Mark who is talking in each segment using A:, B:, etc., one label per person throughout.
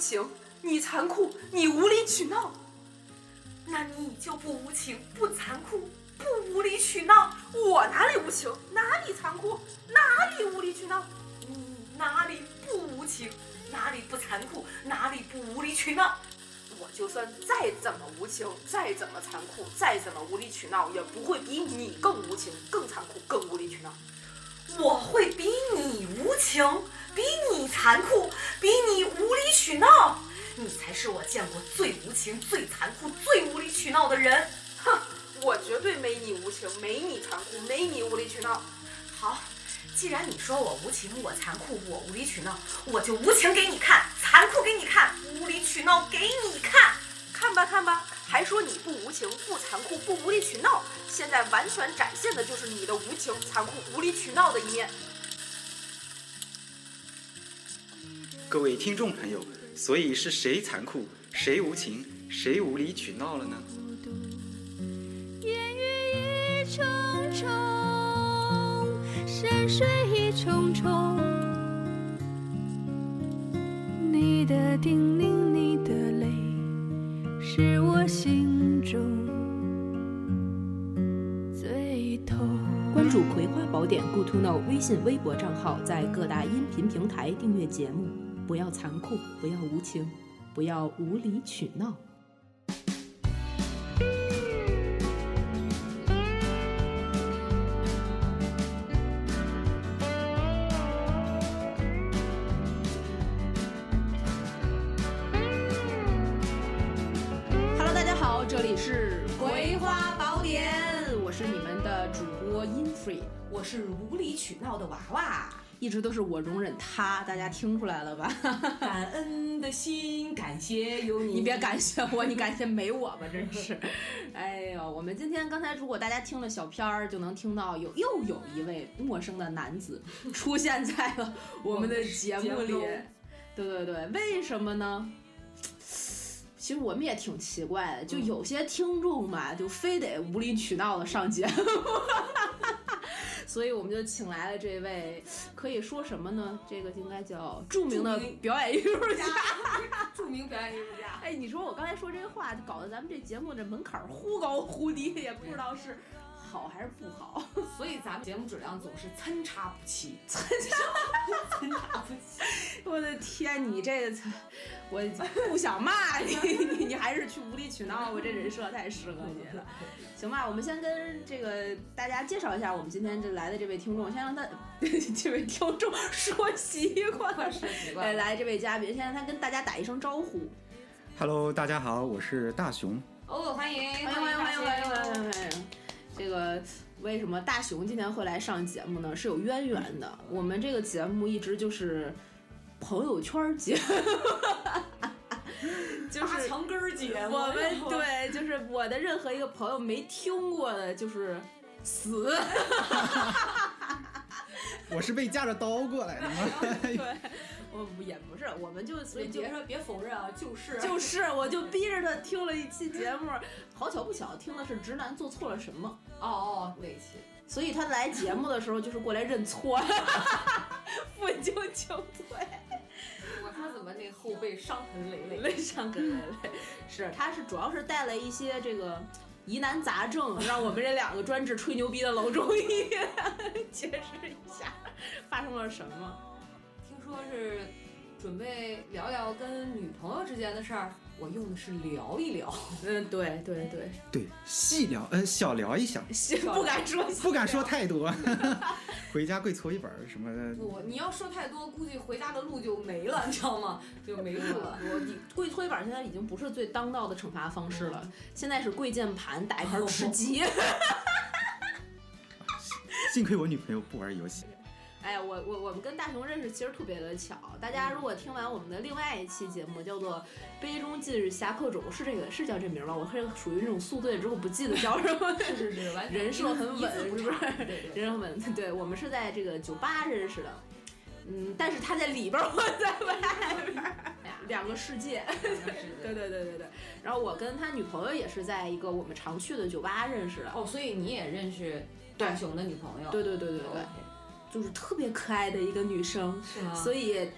A: 情，你残酷，你无理取闹。那你已经不无情、不残酷、不无理取闹。我哪里无情，哪里残酷，哪里无理取闹？你哪里不无情，哪里不残酷，哪里不无理取闹？我就算再怎么无情，再怎么残酷，再怎么无理取闹，也不会比你更无情、更残酷、更无理取闹。
B: 我会比你无情，比你残酷，比你无理取闹。你才是我见过最无情、最残酷、最无理取闹的人。
A: 哼，我绝对没你无情，没你残酷，没你无理取闹。
B: 好，既然你说我无情、我残酷、我无理取闹，我就无情给你看，残酷给你看，无理取闹给你看。
A: 看吧看吧，还说你不无情、不残酷、不无理取闹，现在完全展现的就是你的无情、残酷、无理取闹的一面。
C: 各位听众朋友，所以是谁残酷，谁无情，谁无理取闹了呢？
D: 烟雨一重重，山水一重重。你的叮咛，你的泪，是我心中最痛。
E: 关注《葵花宝典》Good to Know 微信、微博账号，在各大音频平台订阅节目。不要残酷，不要无情，不要无理取闹。Hello，大家好，这里是《葵花宝典》，我是你们的主播 Infree，
B: 我是无理取闹的娃娃，
E: 一直都是我容忍他，大家听出来了吧？
B: 感恩的心，感谢有你。
E: 你别感谢我，你感谢没我吧，真是。哎呦，我们今天刚才如果大家听了小片儿，就能听到有又有一位陌生的男子出现在了我们的节目里
B: 我们的节目。
E: 对对对，为什么呢？其实我们也挺奇怪的，就有些听众嘛，就非得无理取闹的上节目， 所以我们就请来了这位，可以说什么呢？这个应该叫著名的
B: 著名
E: 表演艺术家。
B: 著名表演艺术家。
E: 哎，你说我刚才说这话，就搞得咱们这节目这门槛儿忽高忽低，也不知道是好还是不好。
B: 所以咱们节目质量总是参差不齐，参差不齐。
E: 我的天，你这，我不想骂你， 你你还是去无理取闹吧，这人设太适合你了。行吧，我们先跟这个大家介绍一下我们今天这来的这位听众，先让他 这位听众说习惯了。
B: 是习
E: 哎，
B: 惯了。
E: 来这位嘉宾，先让他跟大家打一声招呼。
C: Hello，大家好，我是大熊。
B: 哦，欢迎，
E: 欢迎欢迎欢迎欢迎欢
B: 欢迎！
E: 迎欢迎！这个为什么大熊今天会来上节目呢？是有渊源的。我们这个节目一直就是朋友圈儿节目，就
B: 八
E: 是
B: 墙根儿姐，
E: 我们 对，就是我的任何一个朋友没听过的，就是死。
C: 我是被架着刀过来的吗？
E: 对， 我也不是，我们就所以就
B: 别说别否认啊，就是
E: 就是，我就逼着他听了一期节目，好巧不巧，听的是直男做错了什么。
B: 哦哦那期，
E: 所以他来节目的时候就是过来认错， 负荆请罪，
B: 我看怎么那后背伤痕累 累。
E: 累上跟累累。是，他是主要是带了一些这个疑难杂症，让我们这两个专治吹牛逼的老中医解释一下发生了什么。
B: 听说是准备聊聊跟女朋友之间的事儿，我用的是聊一聊，
E: 嗯，对对对，
C: 对，细聊，呃，小聊一小，
E: 不敢说，
C: 不敢说。太多。 回家跪搓衣板儿什么的，
B: 我你要说太多，估计回家的路就没了，你知道吗？ 就没路了。
E: 我你跪搓衣板现在已经不是最当道的惩罚方式了，现在是跪键盘打一盘吃鸡。
C: 幸亏我女朋友不玩游戏。
E: 哎呀，我我我们跟大熊认识其实特别的巧。大家如果听完我们的另外一期节目，叫做《杯中尽是侠客冢》，是这个是叫这名儿吧？我是属于那种宿醉之后不记得叫什么，
B: 是是是，完全
E: 人设很
B: 一字
E: 稳，是不
B: 差
E: 是？
B: 对对对
E: 人设稳，对我们是在这个酒吧认识的。嗯，但是他在里边儿，我在外边儿，两个世界。对对对对对。然后我跟他女朋友也是在一个我们常去的酒吧认识的。
B: 哦，所以你也认识大熊的女朋友？
E: 对对对对对，就是特别可爱的一个女生。
B: 是吗？
E: 所以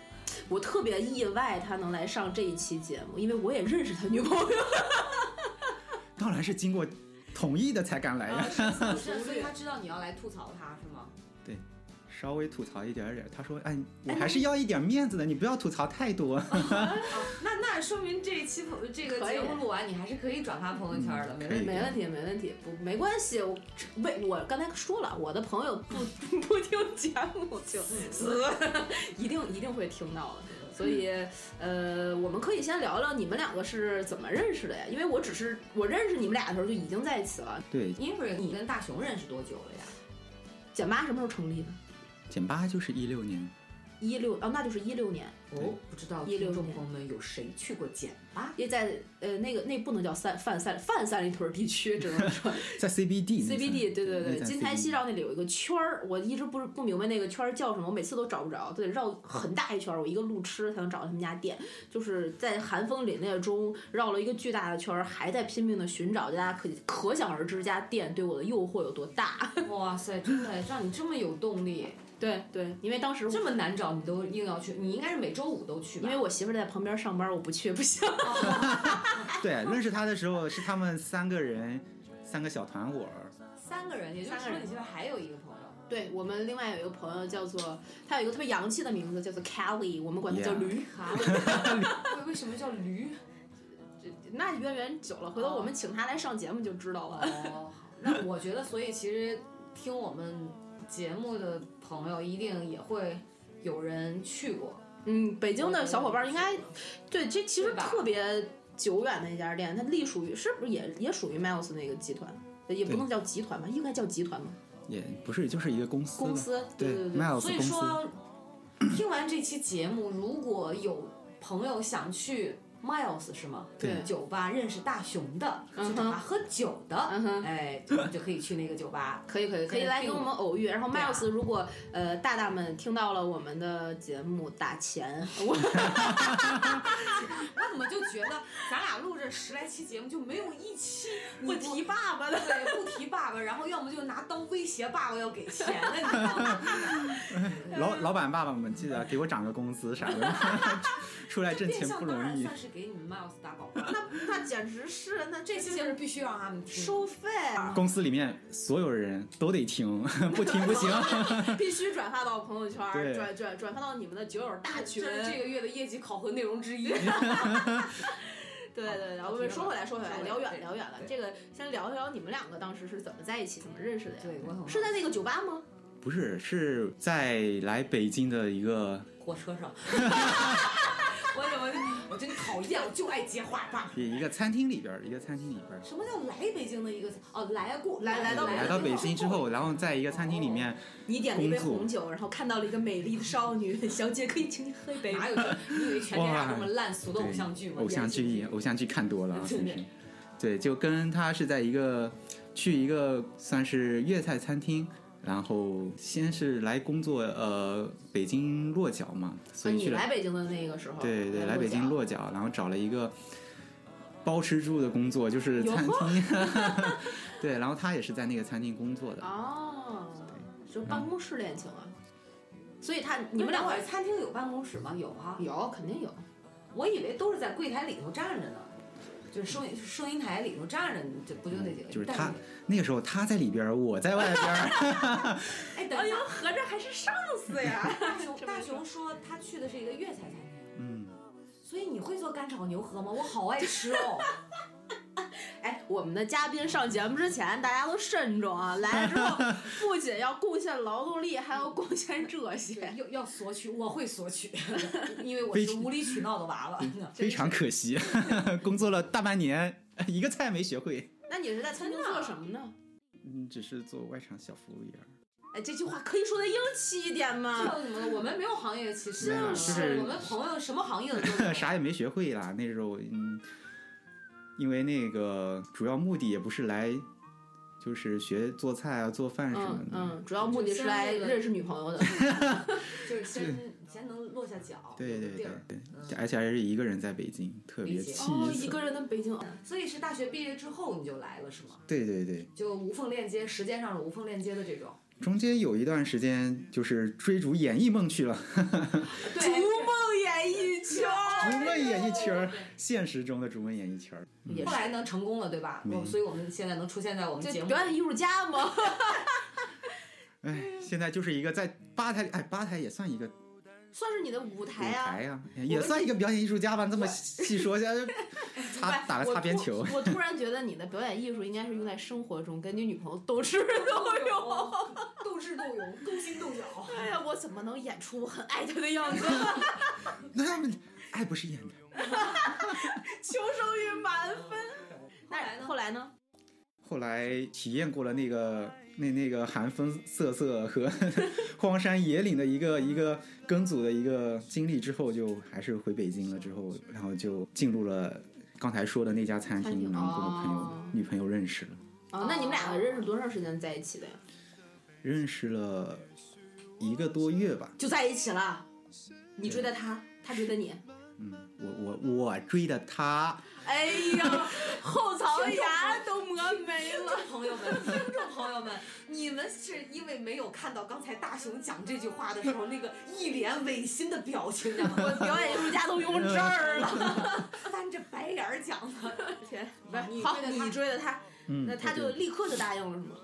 E: 我特别意外他能来上这一期节目，因为我也认识他女朋友。
C: 当然是经过同意的才敢来呀。
B: 不是， 所以他知道你要来吐槽他是吗？
C: 稍微吐槽一点点，他说：“哎，我还是要一点面子的，你不要吐槽太多。
B: 那那说明这一期朋这个
E: 可以
B: 节目录完，你还是可以转发朋友圈的，没
C: 可
B: 问
C: 以
B: 题。
E: 没问题，没问题，不没关系。我为我刚才说了，我的朋友不 不听节目就死， 一定一定会听到的。所以，呃，我们可以先聊聊你们两个是怎么认识的呀？因为我只是我认识你们俩的时候就已经在一起了。”
C: 对，
B: 嗯因为你跟大熊认识多久了呀？
E: 减八什么时候成立的？
C: 减八就是一六年，
E: 一六哦，那就是一六年，
B: 哦，不知道
E: 一六
B: 听众
E: 年
B: 朋友们有谁去过简吧？
E: 因为在呃那个那不能叫三泛三泛三里屯地区，只能说
C: 在 CBD 那
E: CBD，对对
C: 那
E: 对，
C: 嗯在
E: 金台
C: CBD
E: 西绕那里有一个圈儿，我一直不是不明白那个圈儿叫什么，我每次都找不着，都得绕很大一圈儿，我一个路痴才能找到他们家店。就是在寒风凛冽中绕了一个巨大的圈儿，还在拼命的寻找，大家可可想而知这家店对我的诱惑有多大。
B: 哇塞，真的让你这么有动力，
E: 对对，因为当时
B: 这么难找你都硬要去，你应该是每周五都去吧？
E: 因为我媳妇儿在旁边上班，我不去不行。
C: 对，认识他的时候是他们三个人，三个小团伙儿，
B: 三个人，也就是
E: 三个
B: 说
E: 人
B: 你现在还有一个朋友。
E: 对我们另外有一个朋友叫做，他有一个特别洋气的名字叫做 Kelly，我们管他叫
C: Yeah
E: 驴。
B: 啊？ 为为什么叫驴？
E: 那渊源久了，回头
C: 哦
E: 我们请他来上节目就知道了。
B: 哦，那我觉得，所以其实听我们节目的朋友一定也会有人去过。
E: 嗯，北京的小伙伴应该对这其实
B: 嗯对吧
E: 特别久远的一家店，它隶属于是不是也也属于 Miles 那个集团？也不能叫集团吧，应该叫集团吧，
C: 也不是就是一个公司吧
E: 公司。对
C: 对
E: 对对，
C: ，Miles
B: 所以
C: 公司。
B: 说，听完这期节目，如果有朋友想去 Miles 是吗？
E: 对
B: 酒吧认识大熊的，
E: 嗯
B: 去
E: 哼
B: 酒吧喝酒的，
E: 嗯哼
B: 哎，就就可以去那个酒吧。
E: 可以可以可以来跟我们偶遇。然后
B: 对啊
E: Miles 如果呃大大们听到了我们的节目打 钱，我
B: 我怎么就觉得咱俩录这十来期节目就没有一期
E: 我
B: 你不
E: 提爸爸的。
B: 对，不提爸爸，然后要么就拿刀威胁爸爸要给钱的，你知道吗？
C: 老老板爸爸们记得给我涨个工资啥的， 出 来挣
B: 变
C: 钱
B: 相
C: 不
B: 当
C: 容
B: 然
C: 易。
B: 算是给你们 Miles 打广告，
E: 那那简直是，那这
B: 这期
E: 些
B: 节目必须让他们听。
E: 收费啊
C: 公司里面所有人都得听， 不听不行。
E: 必须转发到朋友圈
C: 对，
E: 转转转发到你们的酒友大群。
B: 这是这个月的业绩考核内容 之一。
E: 对对对，
B: 好
E: 我
B: 挺
E: 们
B: 好
E: 说回来说回来，
B: 说回来
E: 聊远
B: 对
E: 聊远了。
B: 对
E: 这个先聊一聊你们两个当时是怎么在一起、怎么认识的呀？
B: 对，我很
E: 是在那个酒吧吗？
C: 不是，是在来北京的一个
B: 火车上。 我怎么，我真讨厌，我就爱接话棒。
C: 一个餐厅里边儿，一个餐厅里边儿。
B: 什么叫来北京的一个哦，来过
E: 来来到
C: 来到北京之后，
B: 来
C: 然后在一个餐厅里面，
E: 你点了一杯
C: 工作
E: 红酒，然后看到了一个美丽的少女，小姐可以请你喝一杯吗
B: 哪？有这？你以为全天下那么烂俗的偶像剧吗？
C: 偶像剧，偶像剧看多了啊，
B: 对
C: 真是。对，就跟他是在一个去一个算是粤菜餐厅，然后先是来工作，呃，北京落脚嘛，所以
E: 啊你
C: 去了
E: 来北京的那个时候，
C: 对对，来北京
E: 落脚
C: 落脚，然后找了一个包吃住的工作，就是
E: 哟
C: 餐厅。 对，然后他也是在那个餐厅工作的。嗯
E: 哦，就是办公室恋情啊。所以他
B: 你
E: 你
B: 们
E: 们
B: 两
E: 两
B: 会
E: 个
B: 儿餐厅有办公室吗？有啊，
E: 有肯定有，
B: 我以为都是在柜台里头站着呢，就是收银收银台里头站着，这不就那几个？
C: 嗯就是
B: 但
C: 他那个时候他在里边儿，我在外边儿。
B: 哎，等一下，
E: 合着还是上司呀？
B: 大熊大熊说他去的是一个粤菜餐厅，
C: 嗯，
B: 所以你会做干炒牛河吗？我好爱吃哦。
E: 哎，我们的嘉宾上节目之前，大家都慎重啊！来了 之后，不仅要贡献劳动力，还要贡献这些。
B: 要要索取，我会索 取，因为我是无理取闹的娃娃。
C: 嗯非常可惜， 工作了大半年， 一个菜没学会。
E: 那你是在餐厅
B: 真的啊
E: 做什么呢？
C: 嗯，只是做外场小服务员儿。
E: 哎，这句话可以说的英气一点吗？
B: 这怎么？我们没有行业歧视，
C: 没有啊就是。
B: 我们朋友什么行业的都有
C: 啥也没学会啦。那时候，嗯，因为那个主要目的也不是来，就是学做菜啊、做饭什么的。
E: 嗯嗯，主要目的是来认识女朋友的。
B: 就是先先能落下脚，
C: 嗯对
B: 有
C: 对
B: 个
C: 对
B: 地儿。
C: 对，
B: 嗯
C: 而且还是一个人在北京，特别
B: 理解
C: 气
E: 哦，
C: 死
E: 一个人的北京，
B: 所以是大学毕业之后你就来了是吗？
C: 对对对，
B: 就无缝链接，时间上是无缝链接的这种。
E: 哦
C: 中间有一段时间就是追逐演艺梦去了。
E: 逐梦演
A: 一圈儿。
C: 逐梦演艺圈儿，现实中的逐梦演艺圈儿，嗯
B: 后来能成功了，对吧？
C: 嗯
B: 我所以我们现在能出现在我们 节
E: 就
B: 目
E: 表演艺术家嘛，
C: 哎，
E: 嗯
C: 现在就是一个在吧台里，哎，吧台也算一个舞
E: 算是你的舞台啊
C: 台。呀、也算一个表演艺术家吧。这么细说一下， 就擦打个擦边球
E: 我。突。我突然觉得你的表演艺术应该是用在生活中，跟你女朋友斗 智
B: 哎
E: 斗勇。
B: 斗智斗勇，勾心斗角。
E: 哎呀，我怎么能演出我很爱他的样子？
C: 那么爱不是演的。
E: 求生欲满 分。
B: 后来呢
E: 后来呢？
C: 后来体验过了那个那那个寒风瑟瑟和 荒山野岭的一个一个跟组的一个经历之后，就还是回北京了。之后，然后就进入了刚才说的那家餐
E: 餐
C: 厅，
E: 厅
C: 然后跟我朋友、
E: 哦
C: 女朋友认识了，
E: 哦，那你们俩认识多长时间在一起的呀？
C: 认识了一个多月吧。
E: 就在一起了。你追的他，他追的你。
C: 嗯，我我我追的她，
E: 哎呀，后槽牙都磨没
B: 听
E: 了。
B: 众朋友们，听众朋友们，你们是因为没有看到刚才大熊讲这句话的时候那个一脸违心的表情，然后
E: 我 表演艺术家都用这儿了。
B: 翻着白眼儿讲的。
E: 天，不
B: 你
E: 是
B: 追
E: 好，
B: 的他
E: 你追的他，
C: 嗯，
E: 那他就
C: 对
E: 立刻就答应了，是吗？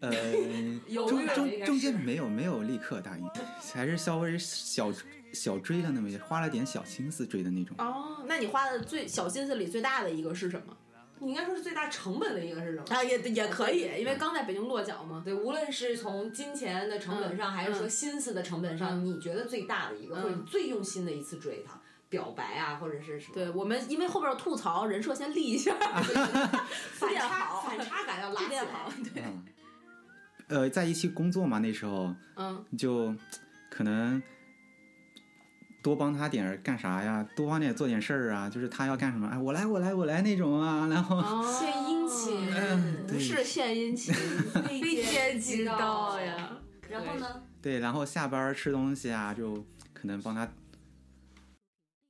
C: 呃，
B: 犹
C: 中
B: 豫了应
C: 中
B: 该
C: 中
B: 是
C: 间没有没有立刻答应，还是稍微小小追了那么一花了点小心思追的 那种。
E: 哦，那你花的最小心思里最大的一个是什么？
B: 你应该说是最大成本的一个是什么？
E: 啊，也也可以，因为刚在北京落脚嘛。
B: 对，无论是从金钱的成本上，
E: 嗯
B: 还是说心思的成本上，
E: 嗯
B: 你觉得最大的一个，
E: 嗯
B: 或者你最用心的一次追他，表白啊，或者是什么，
E: 对我们，因为后边吐槽人设先立一下，
B: 反
E: 练
B: 差
E: 好
B: 反差感要拉起
E: 练
B: 来
E: 好。。对，
C: 嗯，呃，在一起工作嘛，那时候
E: 嗯，
C: 就可能多帮他点儿干啥呀，多帮点做点事儿啊，就是他要干什么，哎，我来我来我来那种啊，然后、
E: 哦
B: 献殷勤，
C: 嗯
E: 不是献 殷勤，非奸即盗呀。
B: 然后呢？
C: 对，然后下班儿吃东西啊，就可能帮他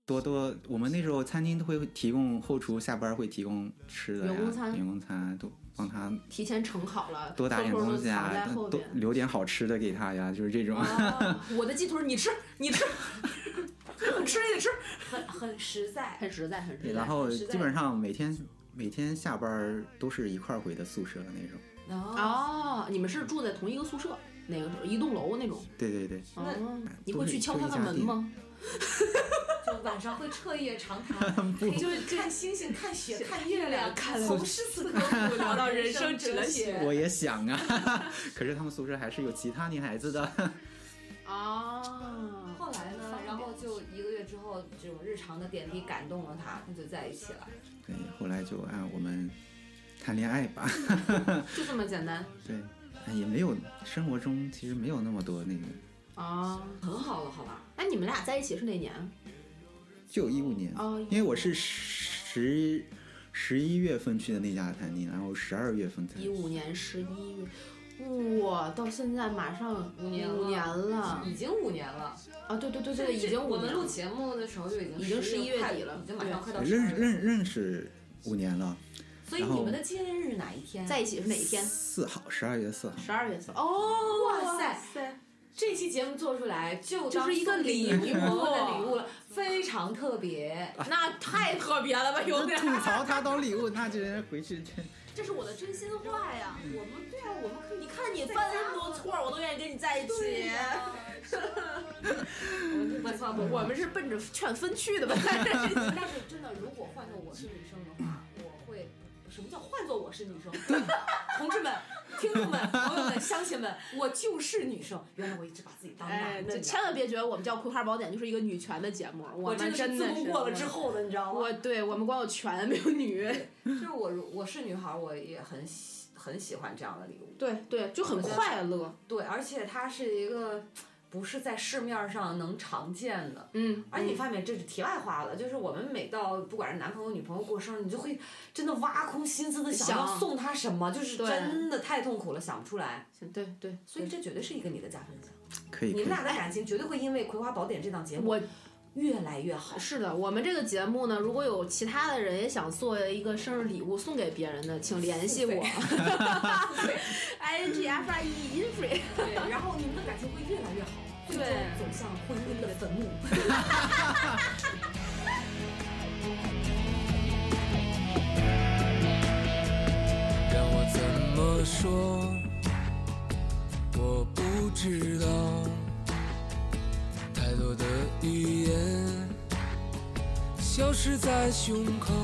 C: 多多。我们那时候餐厅都会提供后厨下班儿会提供吃的呀，
E: 员工餐
C: 员工餐都帮他
E: 提前盛好了，
C: 多打点
E: 偷偷
C: 东
E: 地
C: 西
E: 藏在
C: 啊，
E: 后
C: 多多
E: 边。
C: 留点好吃的给他呀，就是这种。
E: 哦我的鸡腿儿你吃， 你吃，吃你吃，
B: 很很实在，
E: 很实在，很
C: 对，
E: 实
C: 然
E: 在。
C: 后
B: 实在
C: 基本上每天每天下班儿都是一块儿回的宿舍的那种。
B: 然后
E: 哦，你们是住在同一个宿舍，哪个一栋楼那种？
C: 对对对，
E: 哦，你
C: 都
E: 会
C: 是
E: 去敲
C: 都是
E: 他
C: 一
E: 的
C: 家
E: 门
C: 店
E: 吗？
B: 就晚上会彻夜长 谈，可以看星星、看 雪、看月亮，
E: 看
B: 从诗词歌赋 聊到人生哲学。
C: 我也想啊， 可是他们宿舍还是有其他女孩子的。
E: 哦，
B: 后来呢？然后就一个月之后，这种日常的点滴感动了他，那就在一起了。
C: 对，后来就按我们谈恋爱吧。
E: 就这么简单
C: 对，哎也没有生活中其实没有那么多那个，
E: 哦。
B: 很好了，好吧？
E: 哎，你们俩在一起是哪年？
C: 就一五年，
E: 哦，
C: 因为我是十十一月份去的那家餐厅，然后十二月份才
E: 一五年十一月，哇，到现在马上
B: 五年了
E: 五年了嗯
B: 已经五年了，
E: 啊！对对对对，已经五
B: 嗯我
E: 年
B: 们
E: 了
B: 录节目的时候就已经
E: 已经
B: 11
E: 11
B: 快
E: 月底了
B: 已经马上快到
C: 对
B: 12
C: 认
B: 月了。
C: 认认识五年了，
B: 所以
C: 然后
B: 你们的纪念日是哪一天？
E: 在一起是哪一天？
C: 四号，十二月四 号。
E: 十二月四哦，
B: 哇塞
E: 塞，
B: 这期节目做出来就
E: 就是一个礼
B: 物的
E: 物
B: 礼物了，非常特别。
E: 那太特别了吧，有点
C: 吐槽他当礼物，那这人回去真
E: 这是我的真心话呀！
B: 我们对啊，我们可以
E: 你看你犯那么多错儿，我都愿意跟你在一起。
B: 我操，
E: 我
B: 我
E: 们是奔着劝分去的吧？
B: 但是真的，如果换做我是女生的话，我会。什么叫换做我是女生？同志们、听众们、朋友们、乡亲们，我就是女生。原来我一直把自己当
E: 哎，
B: 男的，
E: 就
B: 你知
E: 千
B: 道吗
E: 万别觉得我们叫《葵花宝典》就是一个女权的节目，
B: 我
E: 我们
B: 真的
E: 真
B: 是
E: 的
B: 自
E: 是
B: 从过了之，后的，你知道吗？
E: 我对我们光有权没有女，
B: 就是我如我是女孩儿，我也很喜很喜欢这样的礼物。
E: 对对，就很快乐。
B: 对，而且它是一个不是在市面上能常见的。
E: 嗯，
B: 而且你发现这是题外话了，就是我们每到不管是男朋友女朋友过生日，你就会真的挖空心思的想要
E: 想
B: 送他什么，就是
E: 对
B: 真的太痛苦了，想不出来。
E: 嗯对对，
B: 所以这绝对是一个你的加分项，
C: 可以可
B: 你们
C: 以。
B: 俩的感情绝对会因为《葵花宝典》这档节目
E: 我
B: 越来越好。
E: 是的，我们这个节目呢，如果有其他的人也想做一个生日礼物送给别人的，请联系我。i n g f r e infree。
B: 对，然后你们的感情会越来越好。最终
E: 对
B: 走向婚姻的 坟墓。
F: 让我怎么说？我不知道，太多的语言消失在胸口，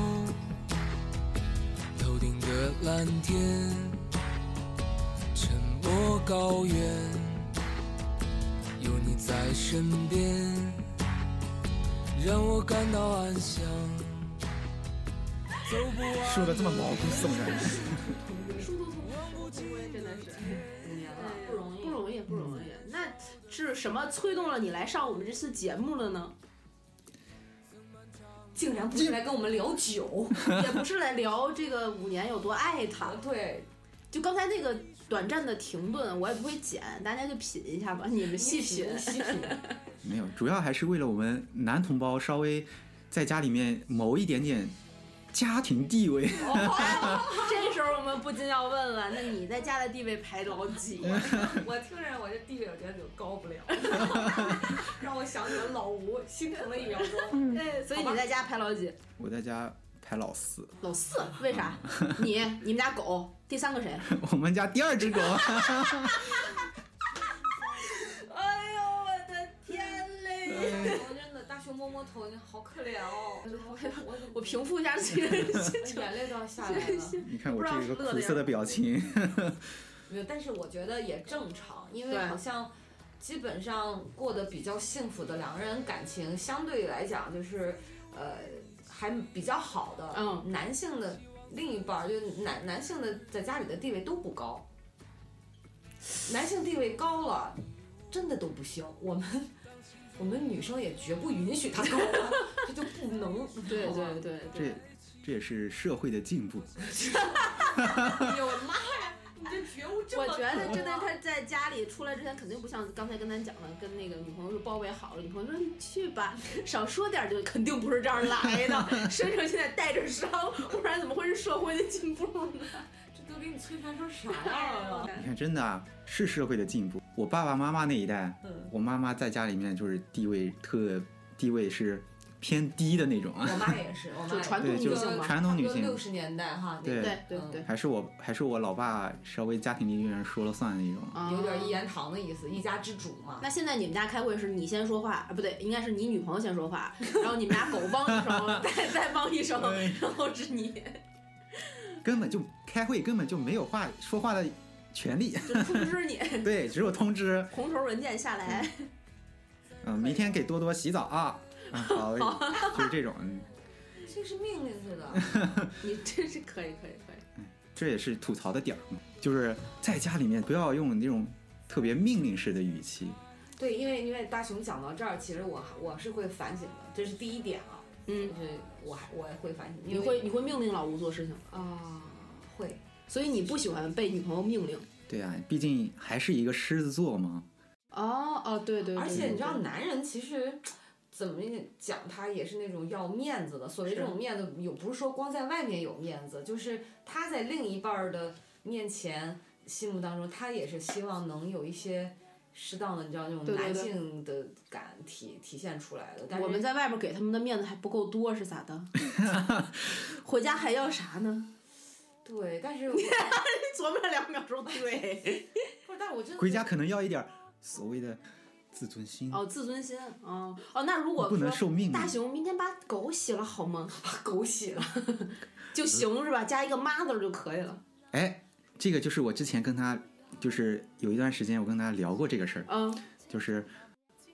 F: 头顶的蓝天，沉默高原，有你在身边，让我感到安详。走不完
C: 说的这么毛骨悚然。
E: 殊途同归，真的是。
B: 五年了，不容易
E: 不。容易，不容易。那是什么催动了你来上我们这次节目了呢？
B: 竟然不是来跟我们聊酒，
E: 也不是来聊这个五年有多爱他，
B: 对，
E: 就刚才那个短暂的停顿，我也不会剪，大家就品一下吧，你们细品。
B: 细品，
C: 没有，主要还是为了我们男同胞稍微在家里面谋一点点家庭地位。
E: 这时候我们不禁要问了，那你在家的地位排老几？
B: 我听着我这地位，我觉得就高不了， 让我想起了老吴，心疼了一秒钟。
E: 哎，所以你在家排老几？
C: 我在家排老四，
E: 老四，为 啥？你、你们家狗，第三个谁？
C: 我们家第二只狗。
E: 哎呦，我的天嘞！
C: 哎
B: 我真的，大熊摸摸头，你好可怜哦。我
E: 我平复一下自己的 心情。
B: 眼泪都要下 来了。
C: 你看我
E: 不知道
C: 这个
E: 乐的
C: 苦涩的表情，
B: 没有，但是我觉得也正常，因为
E: 对
B: 好像基本上过得比较幸福的两个人感情，相对来讲就是呃还比较好的，
E: 嗯，
B: 男性的另一半儿就男男性的在家里的地位都不高，男性地位高了，真的都不行，我们。我们女生也绝不允许他高了，他就不能。
E: 对
B: 好吧
E: 对对对，
C: 这这也是社会的进步。
B: 哎呦我的妈呀，你这觉悟这
E: 我
B: 么
E: 觉得
B: 高
E: 真的
B: 啊
E: 他在家里出来之前肯定不像刚才跟咱讲的，跟那个女朋友就包围好了，女朋友说你去吧，少说点儿就肯定不是这样来 的，身上现在带着伤，不然怎么会是社会的进步呢？
B: 这都给你摧残成啥样了？
C: 你看，真的啊，是社会的进步。我爸爸妈妈那一代，
B: 嗯
C: 我妈妈在家里面就是地位特地位是偏低的那 种啊，
B: 我妈也是，我妈
E: 就传统
C: 对，就
E: 女
C: 是
E: 性嘛，
C: 传统女性
B: 六。十年代哈，那
C: 对
B: 个
E: 对对
B: 嗯
E: 对，
C: 还是我还是我老爸稍微家庭里面说了算的那种。
E: 啊
B: 有点一。言堂的意思，一家之主嘛。
E: 那现在你们家开会是你先说话，啊不对，应该是你女朋友先说话， 然后你们家狗汪一声， 再再汪一声，然后是 你，
C: 根本就开会根本就没有话说话的权 利，
E: 就通知你，
C: 对，只有通知，
E: 红头文件下来。
C: 嗯，明天给多多洗澡啊，啊好，就是这种，嗯
B: 这是命令似的，
E: 你真是可以可以可以，
C: 这也是吐槽的点儿嘛，就是在家里面不要用那种特别命令式的语气，
B: 对，因为因为大熊讲到这儿，其实我还我是会反省的，这是第一点啊，就
E: 嗯，
B: 是我还我也会反省，
E: 你
B: 因为
E: 会你会命令老吴做事情，
B: 啊会，
E: 所以你不喜欢被女朋友命令。
C: 对啊，毕竟还是一个狮子座嘛，
E: 哦哦，对对
B: 而且你知道，男人其实。怎么讲，他也是那种要面子的。所谓
E: 是
B: 这种面子，有不是说光在外面有面子，就是他在另一半儿的面前、心目当中，他也是希望能有一些适当的，你知道那种
E: 对对
B: 男
E: 对
B: 性的感体体现出来的。但是
E: 我们在外面给他们的面子还不够多是咋 的？回家还要啥呢？
B: 对，但 是我
E: 琢磨了两秒钟，对，
B: 不是，但是我真的
C: 回家可能要一点儿所谓的自尊心，
E: 哦，自尊心，哦哦，那如果
C: 不能
E: 说
C: 受命令
E: 大，熊明天把狗洗了好吗？
B: 把狗血了，
E: 就行是吧？加一个 mother 就可以了。
C: 哎，这个就是我之前跟他，就是有一段时间我跟他聊过这个事儿，
E: 嗯
C: 就是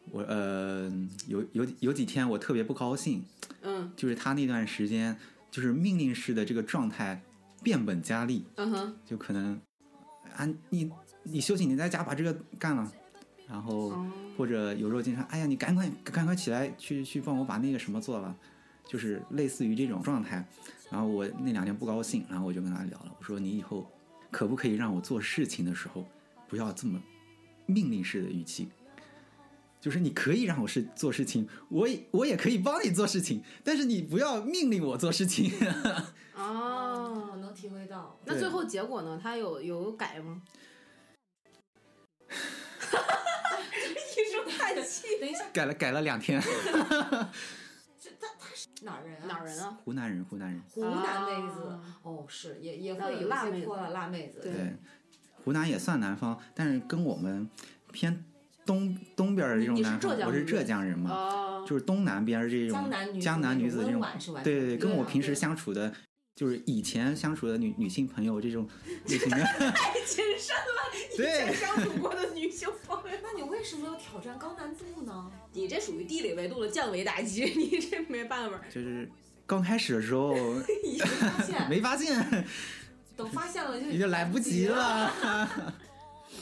C: 我呃有有有几天我特别不高兴，
E: 嗯
C: 就是他那段时间就是命令式的这个状态变本加厉，
E: 嗯哼，
C: 就可能啊你你休息你在家把这个干了，然后
E: 哦
C: 或者有时候经常哎呀你赶快赶快起来去去帮我把那个什么做了，就是类似于这种状态。然后我那两天不高兴，然后我就跟他聊了，我说你以后可不可以让我做事情的时候不要这么命令式的语气？就是你可以让我是做事情，我也我也可以帮你做事情，但是你不要命令我做事情。
B: 嗯我
E: 哦，
B: 能体会到。
E: 那最后结果呢？他有有改吗？
B: 一说太
A: 叹气。
B: 等一下，
C: 改了改了两天。
B: 这他他是哪儿人啊？
E: 哪儿人？啊？
C: 湖南人，湖南人，
B: 湖南妹子。
E: 啊
B: 哦，是也也
E: 那
B: 会有一
E: 辣妹
B: 些
E: 子
B: 泼辣辣妹子。
E: 对
C: 对，湖南也算南方，但是跟我们偏东东边儿的这种
E: 你是
C: 南
E: 浙
C: 方，
E: 江
C: 我是
E: 人
C: 浙江人嘛，
E: 哦，
C: 就是东南边儿这种
B: 江南女
C: 江南女子这
B: 温
C: 种，
B: 婉是完全
C: 对对对，跟
E: 对
C: 我
E: 啊
C: 平时
E: 对
C: 相处的，就是以前相处的女女性朋友这种类型 的，
A: 太谨慎了，以
C: 对
A: 前相处过的女性朋友，
B: 那你为什么要挑战高难度 呢？
E: 你这属于地理维度的降维打击， 你这没办法。
C: 就是刚开始的时候
B: 已经发
E: 啊
B: 现，
C: 没发现，
B: 等发现了就
C: 也就来不及。了。
B: 不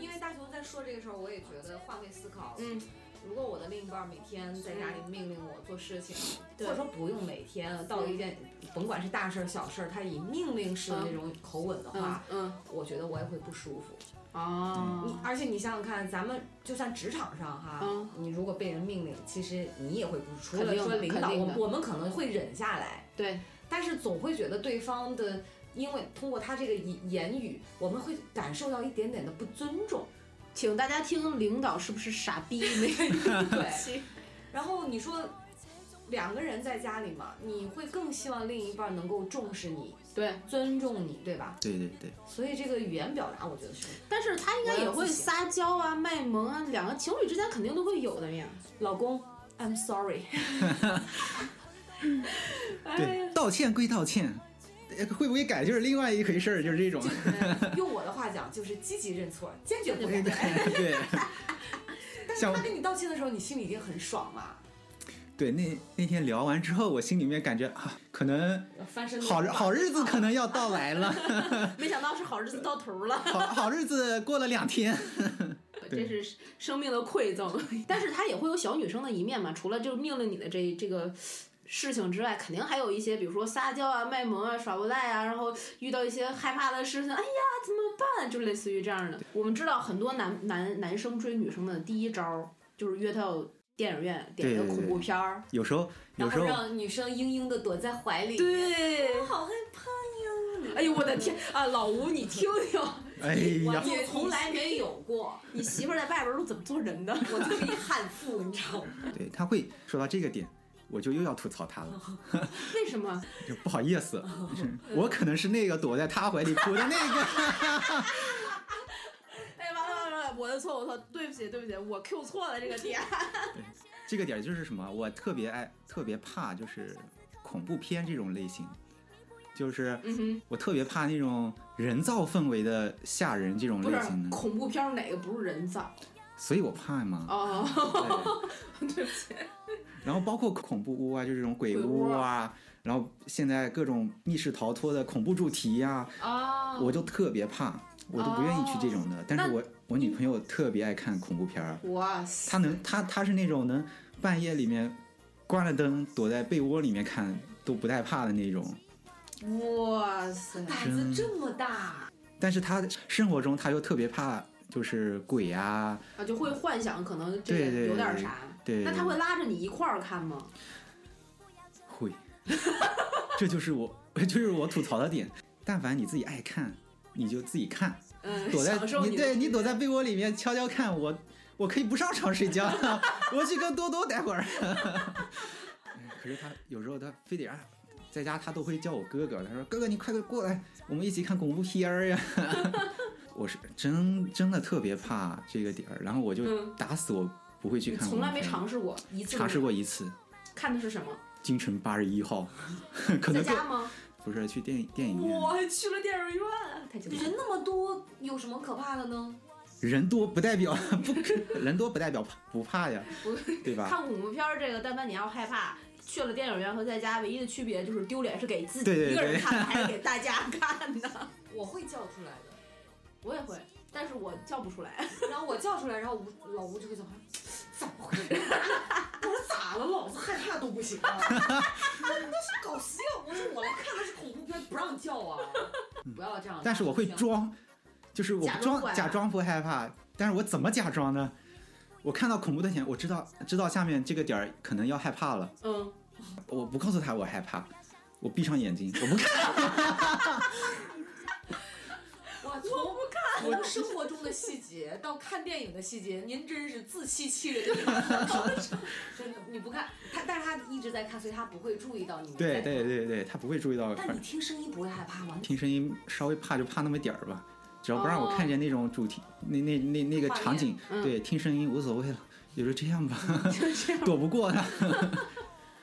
B: 因为大雄在说这个时候，我也觉得换位思考。
E: 嗯，
B: 如果我的另一半每天在家里命令我做事情，
E: 对
B: 或者说不用每天到一件，甭管是大事儿小事儿，他以命令式的那种口吻的
E: 嗯
B: 话，
E: 嗯
B: 我觉得我也会不舒服。你
E: 哦，
B: 而且你想想看，咱们就算职场上哈，
E: 嗯
B: 你如果被人命令，其实你也会不舒服。除
E: 肯
B: 了
E: 定的
B: 说领导，
E: 肯定
B: 我
E: 的
B: 们我们可能会忍下来，
E: 对，
B: 但是总会觉得对方的，因为通过他这个言言语，我们会感受到一点点的不尊重。
E: 请大家听领导是不是傻 逼那个
B: 对，
E: 期。
B: 然后你说两个人在家里嘛，你会更希望另一半能够重视你、
E: 对，
B: 尊重你，对吧？
C: 对对对，
B: 所以这个语言表达，我觉得是
E: 但是他应该也
B: 我
E: 会
B: 也不行
E: 撒娇啊、卖萌啊，两个情侣之间肯定都会有的呀。
B: 老 公，I'm sorry，
E: 哎
C: 对，道歉归道歉，呃会不会改就是另外一回事儿，就是这种。
B: 用我的话讲就是积极认错，坚决不改。
C: 对，
B: 但是
C: 像
B: 他跟你道歉的时候，你心里一定很爽嘛，
C: 对，那那天聊完之后，我心里面感觉啊，可能
B: 翻身
C: 好日好日子可能要到来 了，
E: 没想到是好日子到 头了，
C: 好好日子过了两天。
E: 这
C: 对
E: 是生命的 馈赠。但是他也会有小女生的一面嘛，除了就是命令你的这这个。事情之外，肯定还有一些，比如说撒娇啊、卖萌啊、耍无赖啊，然后遇到一些害怕的事情，哎呀，怎么办？就类似于这样的。我们知道很多男男男生追女生的第一招儿就是约她到电影院点一个
C: 对对
E: 恐怖片儿，
C: 有时候，有
B: 然
C: 时
B: 后
C: 候，
B: 让女生嘤嘤的躲在怀里。
E: 对，
B: 我好害怕呀！
E: 哎呦我的天啊，老吴你听听，
C: 哎
B: 我
C: 呀，
B: 就啊从来没有过，
E: 你媳妇儿在外边儿都怎么做人的？
B: 我就是一悍妇，你知道吗？
C: 对他会说到这个点，我就又要吐槽他了，
E: 哦为什么？
C: 就不好意思，
E: 哦
C: 就是 我可能是那个躲在他怀里哭的那个。
E: 哎，完了完了完了，我的错，我的错，对不起对不起，我 Q 错了这个点。
C: 这个点就是什么？我特别爱，特别怕就是恐怖片这种类型，就是
E: 嗯哼，
C: 我特别怕那种人造氛围的吓人这种
E: 不是
C: 类型的，
E: 恐怖片儿哪个不是人造？
C: 所以我怕嘛。
E: 哦，
C: 对，
E: 对 不起，
C: 然后包括恐怖屋啊，就这种鬼屋
E: 鬼屋
C: 啊，然后现在各种密室逃脱的恐怖主题呀、
E: 啊
C: 我就特别怕，我就不愿意去这种的。但是我我女朋友特别爱看恐怖片儿，
E: 哇塞，
C: 她能她她是那种能半夜里面关了灯躲在被窝里面看都不带怕的那种。
E: 哇塞，
B: 胆子这么大，
C: 但是她生活中她又特别怕就是鬼啊，
E: 啊，就会幻想可能这
C: 对对
E: 个有点
C: 对
E: 啥。
C: 对，
E: 那他会拉着你一块儿看吗？
C: 会， 这就是我 这就是我吐槽的点。但凡你自己爱看，你就自己看，
E: 嗯，
C: 躲在
E: 享受
C: 你对你躲
E: 在
C: 在被窝里面悄悄看我，我可以不上床睡觉， 我去跟多多待会儿。 可是他有时候他非得让，在家他都会叫我哥哥，他说哥哥你快点过来，我们一起看恐怖片儿呀。 我是真真的特别怕这个点儿，然后我就
E: 嗯
C: 打死我不会去
E: 你
C: 看恐
E: 从
C: 怖片
E: 来
C: 儿。
E: 没尝试过一次都没有，
C: 尝试过一次，
E: 看的是什么？
C: 京城八十一号， 可
E: 在
C: 能更
E: 家吗？
C: 不是去电影电影院，
E: 我去了电影院，啊太惊
B: 人那么多，有什么可怕的呢？
C: 人多不代表 不人多不代表怕不怕呀，
E: 不
C: 对吧？
E: 看恐怖片儿这个，但凡你要害怕，去了电影院和在家唯一的区别就是丢脸是给自己
C: 对对
E: 一个人
C: 对
E: 看 的，还是给大家看的。
B: 我会叫出来的，
E: 我也会，但是我叫不出来。
B: 然后我叫出来，然后吴老吴就会怎么怎么回事？我说咋了？老子害怕都不行啊！ 那是搞笑。我说我来看的是恐怖片，不让叫啊！不要这样。
C: 但是我会
B: 行。
C: 装，就是我
E: 假
C: 装
E: 装不害怕
C: 假装不害怕，但是我怎么假装呢？我看到恐怖的点，我知道知道下面这个点儿可能要害怕了，
E: 嗯，
C: 我不告诉他我害怕，我闭上眼睛，我不看，
B: 我从我不看从生活中的细节节到看电影的细节，您真是自欺欺人。 真的，你不看他，但是他一直在看，所以他不会注意到你们在
C: 对
B: 看
C: 对。对对，他不会注意到，反
B: 但
C: 正
B: 你听声音不会害怕吗？
C: 听声音稍微怕就怕那么点儿吧，只要不让我看见那种主题、那那那那个
B: 哦画面
C: 场景，
E: 嗯
C: 对，听声音无所谓了，也就这样 吧，躲不过他，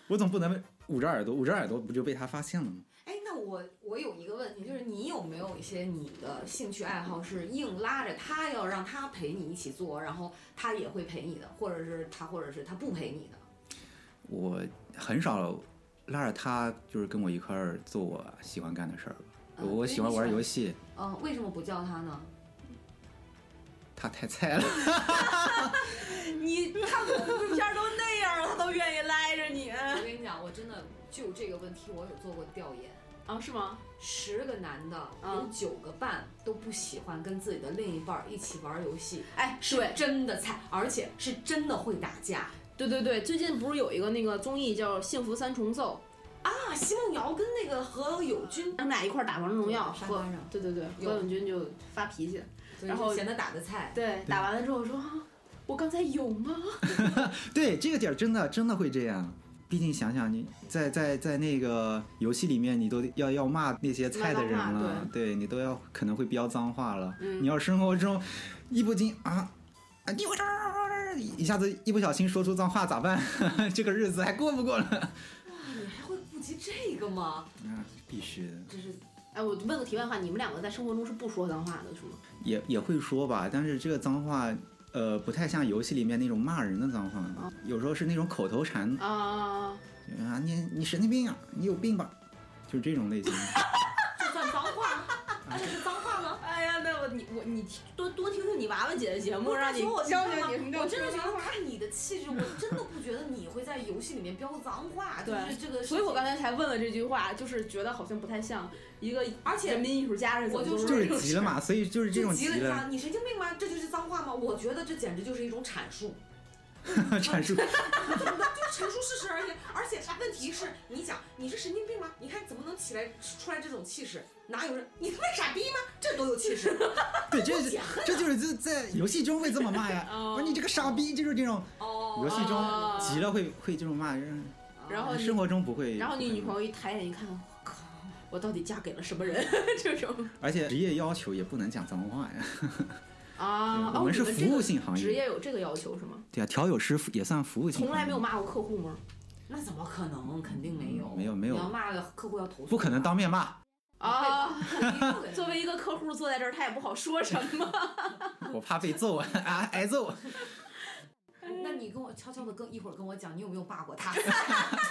C: 我总不能捂着耳朵，捂着耳朵不就被他发现了吗？
B: 哎，那我我有一个问题，就是你有没有一些你的兴趣爱好是硬拉着他要让他陪你一起做，然后他也会陪你的，或者是他或者是他不陪你的？
C: 我很少拉着他，就是跟我一块儿做我喜欢干的事儿吧。
B: 啊
C: 我喜欢玩游。
B: 对你
C: 戏，
B: 嗯、为什么不叫他呢？
C: 他太菜了。
E: 你看恐怖片都那样了，他都愿意赖着你
B: 我跟你讲，我真的就这个问题，我有做过调研，
E: 啊？是吗？
B: 十个男的有
E: 嗯
B: 九个半都不喜欢跟自己的另一半儿一起玩儿游戏，
E: 哎，
B: 是
E: 对
B: 真的菜，而且是真的会打架
E: 对对对，最近不是有一个那个综艺叫《幸福三重奏
B: 啊！奚梦瑶跟那个何猷君》，，
E: 他们俩一块儿打王者荣耀，
B: 沙
E: 何
B: 发上
E: 对对对，
B: 有
E: 何炅君就发脾气，
B: 所以
E: 然后
B: 就嫌他打的菜。
E: 对，打完了之后说啊，我刚才有吗？
C: 对，这个点儿真的真的会这样。毕竟想想你在在在那个游戏里面，你都要要骂那些菜的人
E: 骂脏话
C: 了，对你都要可能会飙脏话了。
E: 嗯
C: 你要生活中一不禁啊啊，你我这儿一下子一不小心说出脏话咋办？ 这个日子还过不过了？
B: 你还会顾及这个吗？
C: 啊，必须的，
B: 这是
E: 哎，我问个题外话，你们两个在生活中是不说脏话的，是吗？
C: 也也会说吧，但是这个脏话。呃，不太像游戏里面那种骂人的脏话，
E: 哦
C: 有时候是那种口头禅
E: 啊，
C: 啊，你你神经病啊，你有病吧，就是这种类型。
B: 这算脏话？这是脏话吗？
E: 哎呀，那我你我你多多听听你娃娃姐的节目，让你
B: 我
E: 教
B: 真的
E: 教你什么叫
B: 我真的
E: 说
B: 觉
E: 脏
B: 得
E: 话。
B: 看你的气质，我真的不觉得你会在游戏里面飙脏话。就
E: 对
B: 是这个，
E: 所以我刚。才才问了这句话，就是觉得好像不太像一个
B: 而且
E: 人民艺术家是怎么
B: 我就
E: 做
B: 说
E: 的
C: 就是
E: 这种
C: 急了 嘛，所以就是这种
B: 急
C: 急
B: 了
C: 了
B: 他，你神经病吗？这就是脏话吗？我觉得这简直就是一种阐述，
C: 阐 述。
B: 就是陈述事实而已。而且问题是，你讲你是神经病吗？你看怎么能起来出来这种气势？哪有人？你他妈傻逼吗？这多有气势！
C: 对，这是这就是这在游戏中会这么骂呀，
E: 哦
C: 我说你这个傻逼，就是这种
B: 哦哎
C: 游戏中
E: 哦
C: 急了会会这种骂人，
E: 然后你
C: 生活中不会。
E: 然后你
C: 不会
E: 女朋友一抬眼一看，我靠，我到底嫁给了什么人？ 这种
C: 而且职业要求也不能讲脏话呀。
E: 啊，
C: 我
E: 哦
C: 们是
E: 你这
C: 服务
E: 个
C: 性行
E: 职
C: 业，
E: 业有这个要求是吗？
C: 对啊，调酒师也算服务性行业，
E: 从来没有骂过客户吗？
B: 那怎么可能？肯定没有，
C: 嗯没有没有
B: 你要骂了客户要投诉，
C: 不可能当面 骂，
E: 啊，
B: 能
E: 作为一个客户坐在这儿，他也不好说什 么。
C: 我怕被揍啊，挨 揍。
B: 哎那你跟我悄悄的跟一会儿跟我讲，你有没有骂过 他？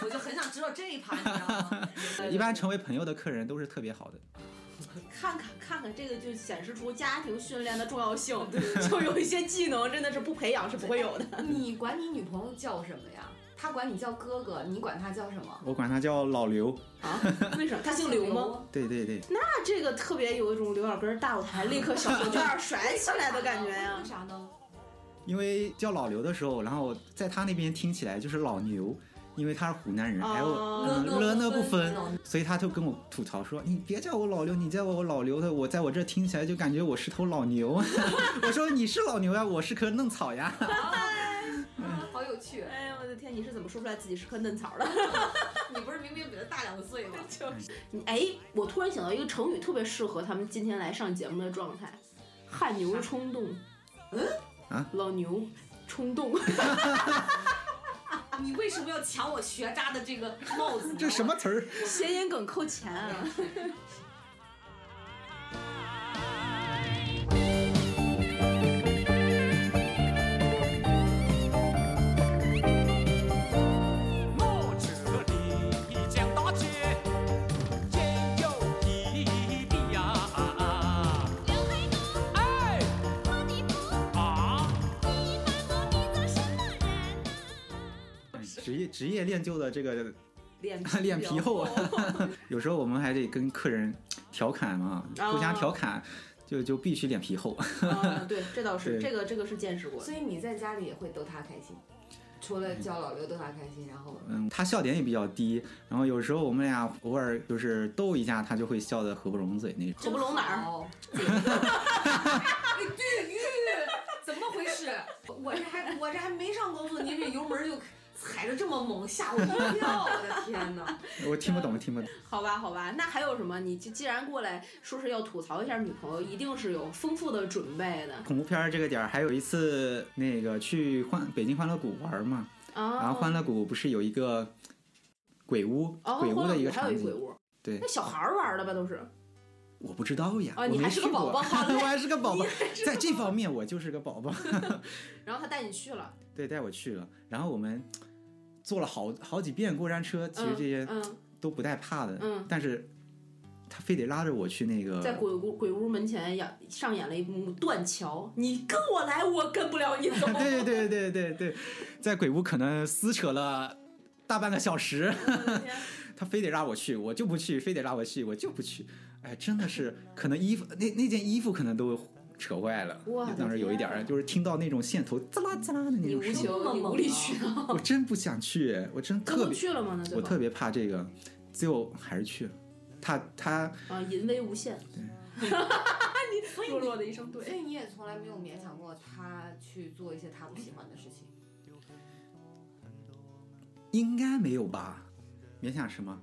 B: 我就很想知道这一趴，你知道 吗？
C: 一般成为朋友的客人都是特别好的，
E: 看看看看，这个就显示出家庭训练的重要性。就有一些技能真的是不培养是不会有的。
B: 你管你女朋友叫什么呀？她管你叫哥哥，你管她叫什么？
C: 我管他叫老刘。
E: 啊？为什么？他姓刘吗？？
C: 对对对，
E: 那这个特别有一种刘老根儿大舞台立刻小手绢 儿甩起来的感觉呀
B: 为。啥呢？
C: 因为叫老刘的时候，然后在他那边听起来就是老牛，因为他是湖南人，还有
E: 哦
C: 嗯了呢不分
B: 呢，
C: 所以他就跟我吐槽说：“你别叫我老刘，你叫我老刘的，我在我这听起来就感觉我是头老牛。” 我说：“你是老牛呀，我是棵嫩草呀。
B: 啊好有趣！
E: 哎呀，我的天！你是怎么说出来自己是棵嫩草的？
B: 你不是明明比她大两岁 吗？
E: 你哎，我突然想到一个成语，特别适合他们今天来上节目的状态：汗牛充栋。嗯
C: 啊，
E: 老牛冲动。
B: 你为什么要抢我学渣的这个帽子”？
C: 这什么？词儿？
E: 谐音梗扣钱啊！
G: 我这里一江大街也有一比呀。
D: 刘海东，
G: 哎
D: 莫蒂夫，
G: 啊，
D: 你把我比作什么人呢？
C: 嗯职业职业练就的这个
E: 脸
C: 脸皮厚啊， 有时候我们还得跟客人调侃嘛，互相
E: 哦
C: 调侃，就就必须脸皮厚。
E: 啊，对，这倒是，
C: 对
E: 这个这个是见识过的。
B: 所以你在家里也会逗她开心，除了教老刘逗他开心，然后
C: 嗯，他笑点也比较低，然后有时候我们俩偶尔就是逗一下，他就会笑得合不拢嘴那种。
E: 合不拢哪儿？
B: 儿？哎对于怎么回事？我这还我这还没上高速，您这油门就踩着这么猛，吓我一跳！我的天 哪！
C: 我听不懂，听不懂。
E: 好吧，好吧，那还有什么？你既既然过来说是要吐槽一下女朋友，一定是有丰富的准备的
C: 恐怖片儿这个点儿，还有一次那个去欢北京欢乐谷玩儿嘛，然
E: 啊。
C: 后欢乐谷不是有一个鬼屋，
E: 哦，
C: 鬼屋
E: 欢乐
C: 的一
E: 谷
C: 个
E: 还
C: 场
E: 有一鬼
C: 景，
E: 屋，
C: 对
E: 那小孩儿玩的吧都是。
C: 我不知道呀，
E: 哦
C: 我
E: 你还
C: 没
E: 是
C: 去
E: 个
C: 过，
E: 宝宝 好嘞
C: 我还是个宝宝，在这方面我就是个 宝宝。
E: 然后他带你去了，
C: 对，带我去了，然后我们坐了好好几遍过山车，其实这些
E: 嗯，
C: 都不带怕的，
E: 嗯
C: 但是他非得拉着我去那个。
E: 嗯在鬼屋鬼屋门前演上演了一幕断桥，你跟我来，我跟不了你走
C: 对对对对对，在鬼屋可能撕扯了大半个小 时，他非得让我去，我就不去，非得让我去，我就不去。哎，真的是，可能衣服那那件衣服可能都扯坏了
E: 我的，
C: 当时有一点儿就是听到那种线头滋啦滋啦的那
E: 啊你
C: 种
E: 无
B: 哎
C: 声音，
E: 情，你
B: 啊
E: 无理取闹，
C: 我真不想去，我真
E: 最
C: 特
E: 后
C: 别，
E: 去了吗？那最
C: 我特
E: 后
C: 别怕这个，最后还是去了。他他
E: 啊，淫威无限，
B: 所以
E: 弱
B: 你
E: 弱的一声
B: 所
E: 对。
B: 以你也从来没有勉强过他去做一些他不喜欢的事情。
C: 应该没有吧？勉强什么？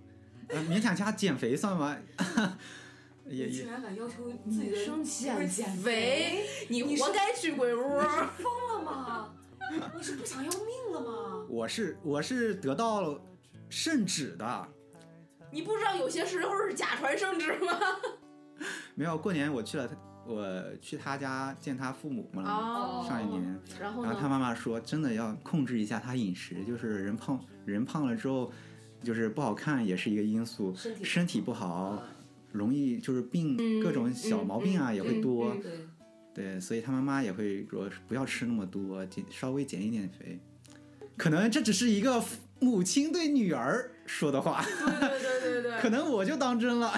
C: 呃，勉强加减肥算吗？ 也
B: 你
C: 也
B: 竟然敢要求自己的
E: 女嗯生啊
B: 媳妇儿减
E: 肥
B: 肥，
E: 你活该去鬼屋，
B: 疯了吗？你是不想要命了吗？
C: 我是我是得到圣旨的，
E: 你不知道有些时候是假传圣旨吗？
C: 没有过年我去了他，我去他家见他父母嘛，
E: 哦
C: 上一年，
E: 然后
C: 然后他
E: 呢？
C: 妈妈说真的要控制一下他饮食，就是人胖人胖了之后，就是不好看也是一个因素，
B: 身体
C: 身体不好。容易就是病，各种小毛病啊、也会多，
E: 嗯
B: 对，
C: 对，所以他妈妈也会说不要吃那么多，减稍微减一点肥。可能这只是一个母亲对女儿说的话，
E: 对对对对
C: 可
E: 对
C: 能我就当真了。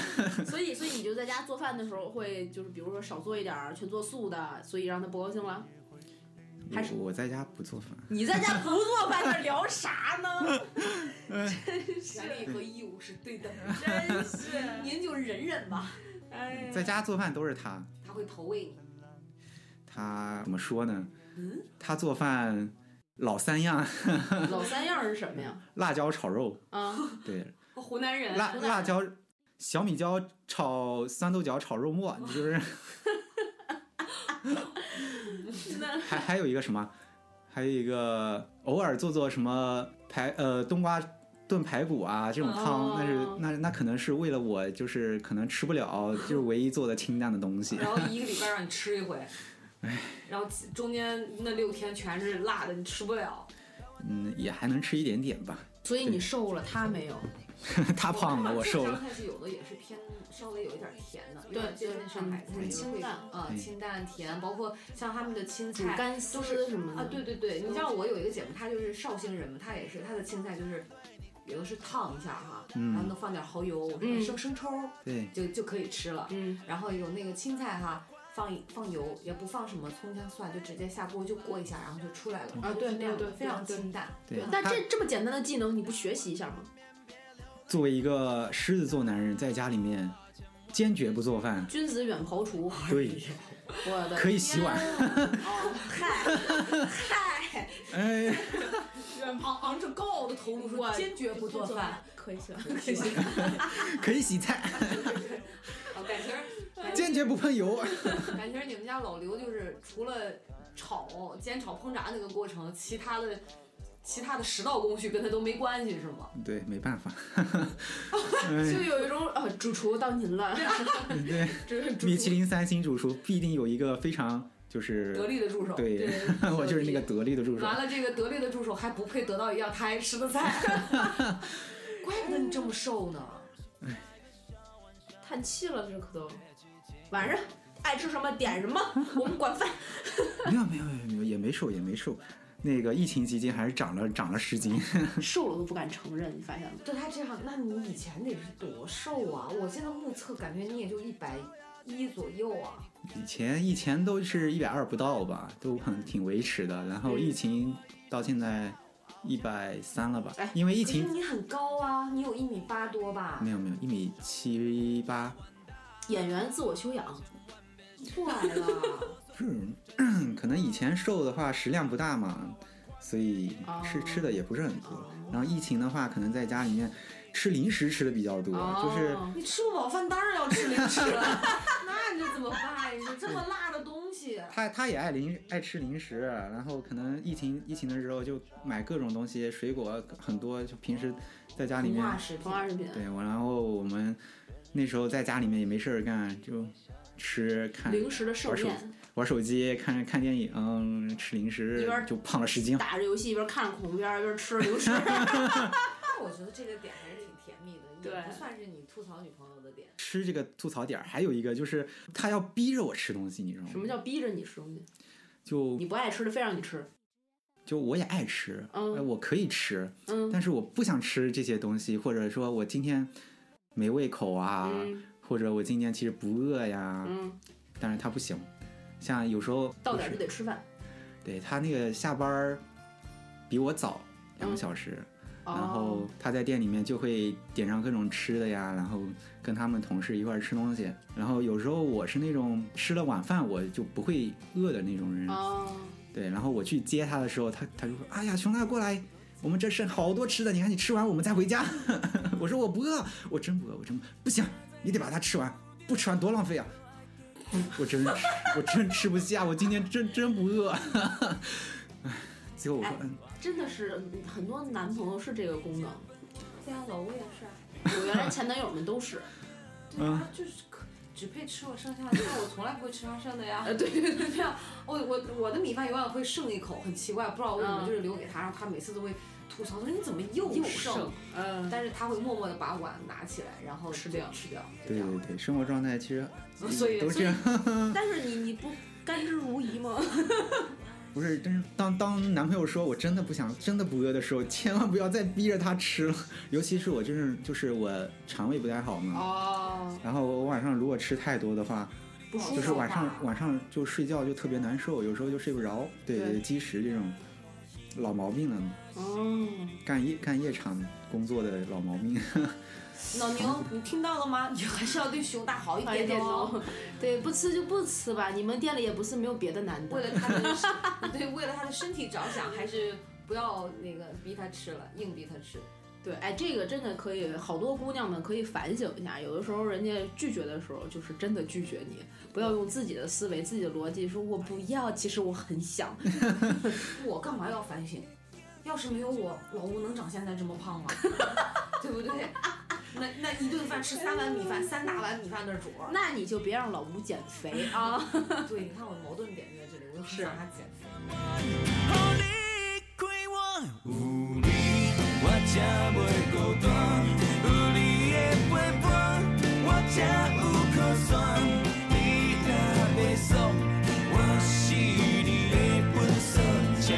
E: 所以所以你就在家做饭的时候会就是比如说少做一点儿，全做素的，所以让他不高兴了。还是
C: 我我在家不做饭，
E: 你在家不做饭，那聊啥呢？
A: 啊
B: 权利和义务是对等的，
E: 真是，
B: 您就忍忍吧。
E: 哎
C: 在
E: 呀，
C: 家做饭都是他。
B: 他会投喂你，
C: 他怎么说呢？
E: 嗯
C: 他做饭老三样：
E: 老三样是什么呀？
C: 辣椒炒肉，
E: 啊，
C: 对，
B: 哦湖南人
C: 辣辣椒、小米椒炒酸豆角炒肉末，就是
E: 那
C: 还还有一个什么，还有一个偶尔做做什么排呃冬瓜炖排骨啊这种汤，
E: 哦
C: 那是那那可能是为了我就是可能吃不了，就是唯一做的清淡的东西。
B: 然后一个礼拜让你吃一回，然后中间那六天全是辣的，你吃不了。
C: 嗯，也还能吃一点点吧。
E: 所以你瘦了，他没有。
C: 他胖了，我瘦 了。
B: 菜系有的也是偏稍微有一点甜的，
E: 对
B: 就
E: 对
B: 是上海菜
E: 很
B: 就
E: 清
B: 会
E: 淡
B: 啊、
C: 嗯
B: 清淡甜，包括像他们的青
E: 煮
B: 菜
E: 干丝什么的
B: 啊，对对对，你像我有一个姐妹，她就是绍兴人嘛，她也是她的青菜就是有的是烫一下哈，
C: 嗯
B: 然后能放点蚝油，我
E: 嗯
B: 说生生抽儿
C: 对，
B: 就就可以吃了。
E: 嗯，
B: 然后有那个青菜哈，放一放油，也不放什么葱姜蒜，就直接下锅就过一下，然后就出来了。
E: 啊
B: 就
E: 对
B: 是那样
E: 对对
B: 的非常
E: 对
B: 清淡。
C: 对
E: 但
C: 他
E: 这这么简单的技能，你不学习一下吗？
C: 作为一个狮子座男人，在家里面坚决不做饭，
E: 君子远庖厨，
C: 对，
E: 我的啊
C: 可以洗碗。
B: 哦 嗨，
C: 哎，
B: 远旁昂着高傲的头颅
E: 我
B: 说，坚决不做饭。，
E: 可以洗碗，
C: 可以洗菜，
B: 哦，感 情儿
C: 坚决不碰油。
B: 感情儿你们家老刘就是除了炒、煎、炒、烹炸那个过程，其他的。其他的十道工序跟他都没关系是吗？
C: 对，没办法。
E: 就
B: 哦
C: 哎，
E: 有一种呃，主厨到您了，
C: 对，米其林三星主厨必定有一个非常就是
B: 得力的助手，
C: 对， 我就是那个得力的助手。
B: 完了这个得力的助手还不配得到一样他爱吃的 菜， 怪不得你这么瘦呢。
E: 叹气了，这可都。晚上爱吃什么点什么，我 们管饭。
C: 没有没有没有没有，也没瘦也没瘦，那个疫情期间还是长了长了十斤。
E: 瘦了都不敢承认，你发现了吗？
B: 对他这样，那你以前得是多瘦啊？我现在目测感觉你也就一百一左右啊。
C: 以前以前都是一百二不到吧，都很挺维持的。然后疫情到现在一百三了吧
E: 哎？
C: 因为疫
B: 可是
C: 情嗯
B: 你很高啊，你有一米八多吧？
C: 没有没有一米七八，
E: 演员自我修养，
B: 坏了，
C: 嗯， 可能以前瘦的话食量不大嘛，所以吃
E: 哦
C: 吃的也不是很多。然后疫情的话，可能在家里面吃零食吃的比较多，就是
E: 哦
B: 你吃不饱饭当然要吃零食了， 那你这怎么办？你说这么辣的东西，
C: 他他也爱零爱吃零食，然后可能疫情疫情的时候就买各种东西，水果很多，就平时在家里
B: 膨
C: 面
B: 化食品
E: 膨，化食品，
C: 对我，然后我们那时候在家里面也没事儿干，就吃看
E: 零食的盛
C: 玩手
E: 宴，
C: 玩手机、看看电影、嗯吃零
E: 一
C: 食
E: 边儿，
C: 就胖了十斤。
E: 打着游戏一边看着恐怖片儿一 边吃着 零食。
B: 但我觉得这个点还是挺甜蜜的，也
E: 对
B: 不算是你吐槽女朋友的点。
C: 吃这个吐槽点儿，还有一个就是他要逼着我吃东西，你知道吗？
E: 什么叫逼着你吃东西？
C: 就
E: 你不爱吃的非让你吃，
C: 就我也爱吃，
E: 嗯
C: 哎我可以吃，
E: 嗯
C: 但是我不想吃这些东西，或者说我今天没胃口啊，
E: 嗯
C: 或者我今天其实不饿呀，
E: 嗯，
C: 但是他不行。像有时候
E: 到
C: 就
E: 点儿
C: 是
E: 就得吃饭。
C: 对他那个下班儿比我早两个
E: 嗯
C: 小时，然后
E: 哦，
C: 他在店里面就会点上各种吃的呀，然后跟他们同事一块儿吃东西。然后有时候我是那种吃了晚饭我就不会饿的那种人，
E: 哦，
C: 对。然后我去接他的时候，他他就说：“哎呀，熊大过来，我们这剩好多吃的，你赶紧吃完我们再回家。” 我说：“我不饿，我真不饿，我真不不行，你得把它吃完，不吃完多浪费啊！”我真吃，我真吃不下，我今天真真不饿。 唉最后我说
E: 哎：“
C: 嗯，
E: 真的是嗯很多男朋友是这个功能，
B: 家楼啊也是，
E: 我原来前男友们都是。
B: 对
C: 嗯
B: 啊，就是可只配吃我剩下的，因为我从来不会吃上剩的呀。 对对对呀，我我我的米饭永远会剩一口，很奇怪，不知道为什么
E: 嗯
B: 就是留给他，然后他每次都会吐槽，他说你怎么
E: 又
B: 又
E: 剩
B: 剩？，
E: 嗯，
B: 但是他会默默的把碗拿起来，然后
E: 吃
B: 就
E: 掉
B: 吃掉，就
C: 对
B: 这样
C: 对对，生活状态其实
B: 所以
C: 都这样。”
E: 但是你你不甘之如饴吗？
C: 不是，真是当当男朋友说我真的不想、真的不饿的时候，千万不要再逼着他吃了。 尤其是我真是就是我肠胃不太好嘛，
E: 哦，
C: 然后我晚上如果吃太多的话，
E: 不舒
C: 就是
E: 服。
C: 晚上
B: 吧
C: 晚上就睡觉就特别难受，有时候就睡不着。对，
E: 对
C: 积食这种老毛病了，
E: 哦，
C: 干夜干夜场工作的老毛病。
B: 老牛，你听到了吗？你还是要对熊大好一
E: 快
B: 点的
E: 点
B: 哦。
E: 哦， 对，不吃就不吃吧。你们店里也不是没有别的男
B: 为
E: 的。
B: 了他的对，为了他的身 体着想，还是不要那个逼他吃了，硬逼他吃。
E: 对，哎，这个真的可以，好多姑娘们可以反省一下。有的时候人家拒绝的时候，就是真的拒绝你，不要用自己的思维、自己的逻辑说“我不要”，其实我很想。
B: 我干嘛要反省？要是没有我，老吴能长现在这么胖吗？ 对不对？那那一顿饭吃三碗米饭，三大碗米饭 的主儿。
E: 那你就别让老吴减肥啊！
B: 对，你看我矛盾点就在这里，我又很想他减肥。
G: 予你快活，有你我才袂孤单，有你的陪伴，我才有靠山。你若袂爽，我是你的分数车，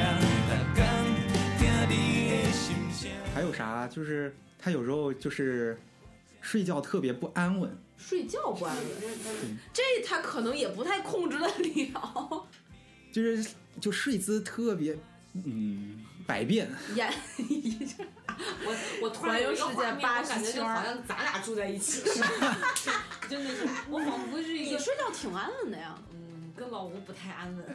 G: 逐天听你的心声。
C: 还有啥？就是他有时候就是睡觉特别不安稳，
E: 睡觉不安稳， 这他可能也不太控制得了。
C: 就是就睡姿特别嗯百变。
E: 眼
B: 我我突
E: 环
B: 然
E: 游
B: 有一个
E: 世界
B: 画面，我
E: 80
B: 感觉就
E: 圈儿
B: 好像咱俩住在一起似的， 真的是， 我仿佛是一
E: 你
B: 个
E: 睡觉挺安稳的呀。
B: 嗯，跟老吴不太安稳。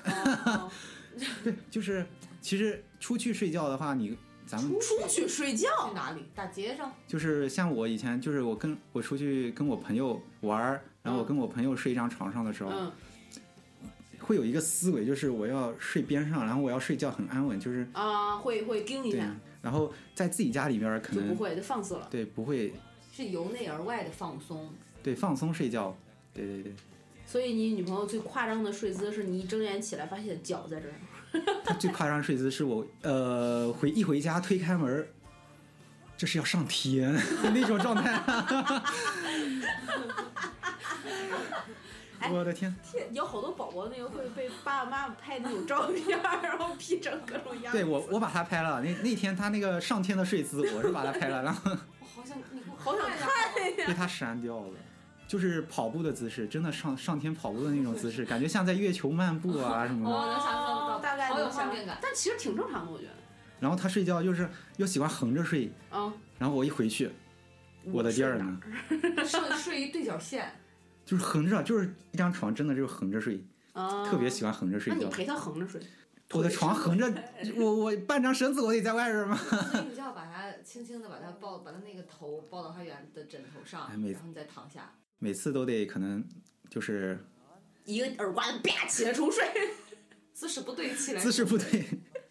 C: 对，就是其实出去睡觉的话，你咱们
E: 出去睡
B: 去
E: 觉，
B: 哪里？大街上。
C: 就是像我以前，就是我跟我出去跟我朋友玩儿，然后我跟我朋友睡一张床上的时候，
E: 嗯
C: 会有一个思维，就是我要睡边上，然后我要睡觉很安稳，就是
E: 啊，会会盯一
C: 对
E: 下，。
C: 然后在自己家里边儿可
E: 就不
C: 能
E: 会就放肆了。
C: 对不会
B: 是由内而外的放松，
C: 对放松睡觉，对对对，
E: 所以你女朋友最夸张的睡姿是你一睁眼起来发现脚在这儿，
C: 他最夸张睡姿是我呃回一回家推开门儿，这是要上天那种状 态，
E: 哎
C: 我的天！
E: 有好多宝宝那个会被爸爸妈妈拍那种照片儿，然后 P 成各种样。
C: 对我，我把他拍了。那那天他那个上天的睡姿，我是把他拍了，然后
B: 我好想你给我
E: 好想
B: 看一下
C: 被他删掉了。就是跑步的姿势，真的上上天跑步的那种姿势，感觉像在月球漫步啊什么
B: 我
C: 的。
B: 哦能想象得到，
E: 大概
B: 好有
E: 能想
B: 画面感。
E: 但其实挺正常的，我觉得。
C: 然后他睡觉就是又喜欢横着睡，
E: 嗯，
C: 然后我一回去，我的地儿
E: 睡哪
C: 呢，
B: 睡睡一对角线，
C: 就是横着，就是一张床真的就是横着睡，
E: 啊，
C: 特别喜欢横着睡
E: 那你
C: 觉。
E: 陪他横着睡，
C: 我的床横 着，我我半张身子我得在外边吗？
B: 所以你就要把它轻轻的把它抱，把它那个头抱到它原的枕头上，
C: 哎没
B: 然后你再躺下。
C: 每次都得可能就是
E: 一个耳刮子啪起来重睡，
B: 姿势不对，起来
C: 姿势不对，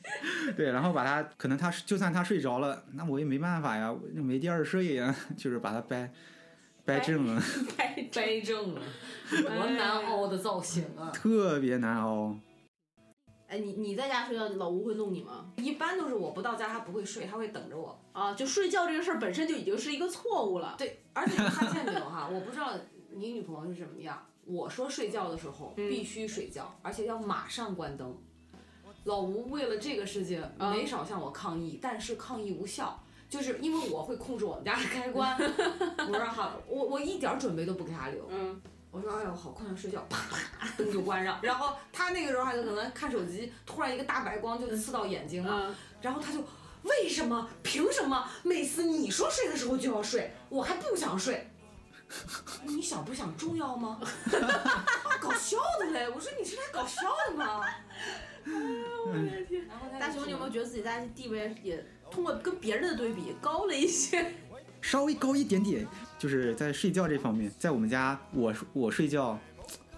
C: 对，然后把他可能他就算他睡着了，那我也没办法呀，我就没地儿睡呀， 就是把他掰掰正了，
B: 掰正了，哎多难熬的造型啊！
C: 特别难熬。
E: 哎，你你在家睡觉，老吴会弄你吗？
B: 一般都是我不到家，他不会睡，他会等着我。
E: 啊，就睡觉这个事儿本身就已经是一个错误了。
B: 对，而且你发现没有哈，我不知道你女朋友是什么样。我说睡觉的时候
E: 嗯
B: 必须睡觉，而且要马上关灯。老吴为了这个事情
E: 啊
B: 没少向我抗议，但是抗议无效，就是因为我会控制我们家的开 关。我说好，我我一点儿准备都不给他留。
E: 嗯，
B: 我说哎呦，好困，想睡觉，啪，灯就关上。然后他那个时候还可能看手机，突然一个大白光就刺到眼睛了，
E: 嗯，
B: 然后他就为什么？凭什么？每次你说睡的时候就要睡，我还不想睡。你想不想重要吗？ 啊搞笑的嘞！我说你是来搞笑的 吗？然后他就
E: 大雄，你有没
B: 说
E: 有觉得自己在地位也通过跟别人的对比高了一些？
C: 稍微高一点点，就是在睡觉这方面，在我们家，我我睡觉，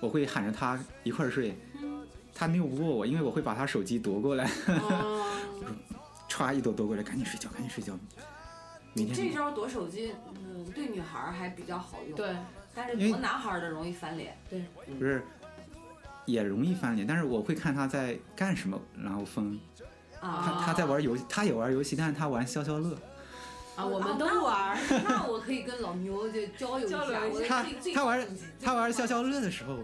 C: 我会喊着他一块儿睡，他拗不过我，因为我会把他手机夺过来，
E: 哦，
C: 歘一夺夺过来，赶紧睡觉，赶紧睡觉。明
B: 这
C: 天
B: 招夺手机，嗯，对女孩儿还比较好用，，
E: 对，
B: 但是
C: 因为
B: 夺男孩儿的容易翻脸。
C: 不是也容易翻脸，但是我会看他在干什么，然后分他
B: 啊，
C: 他在玩游戏，他也玩游戏，但是他玩消消乐，
E: 啊，我们都玩儿，
B: 那我可以跟老牛就交流一下，
E: 交流一
B: 我的
C: 他
B: 最最
C: 他玩他玩消消乐的时候。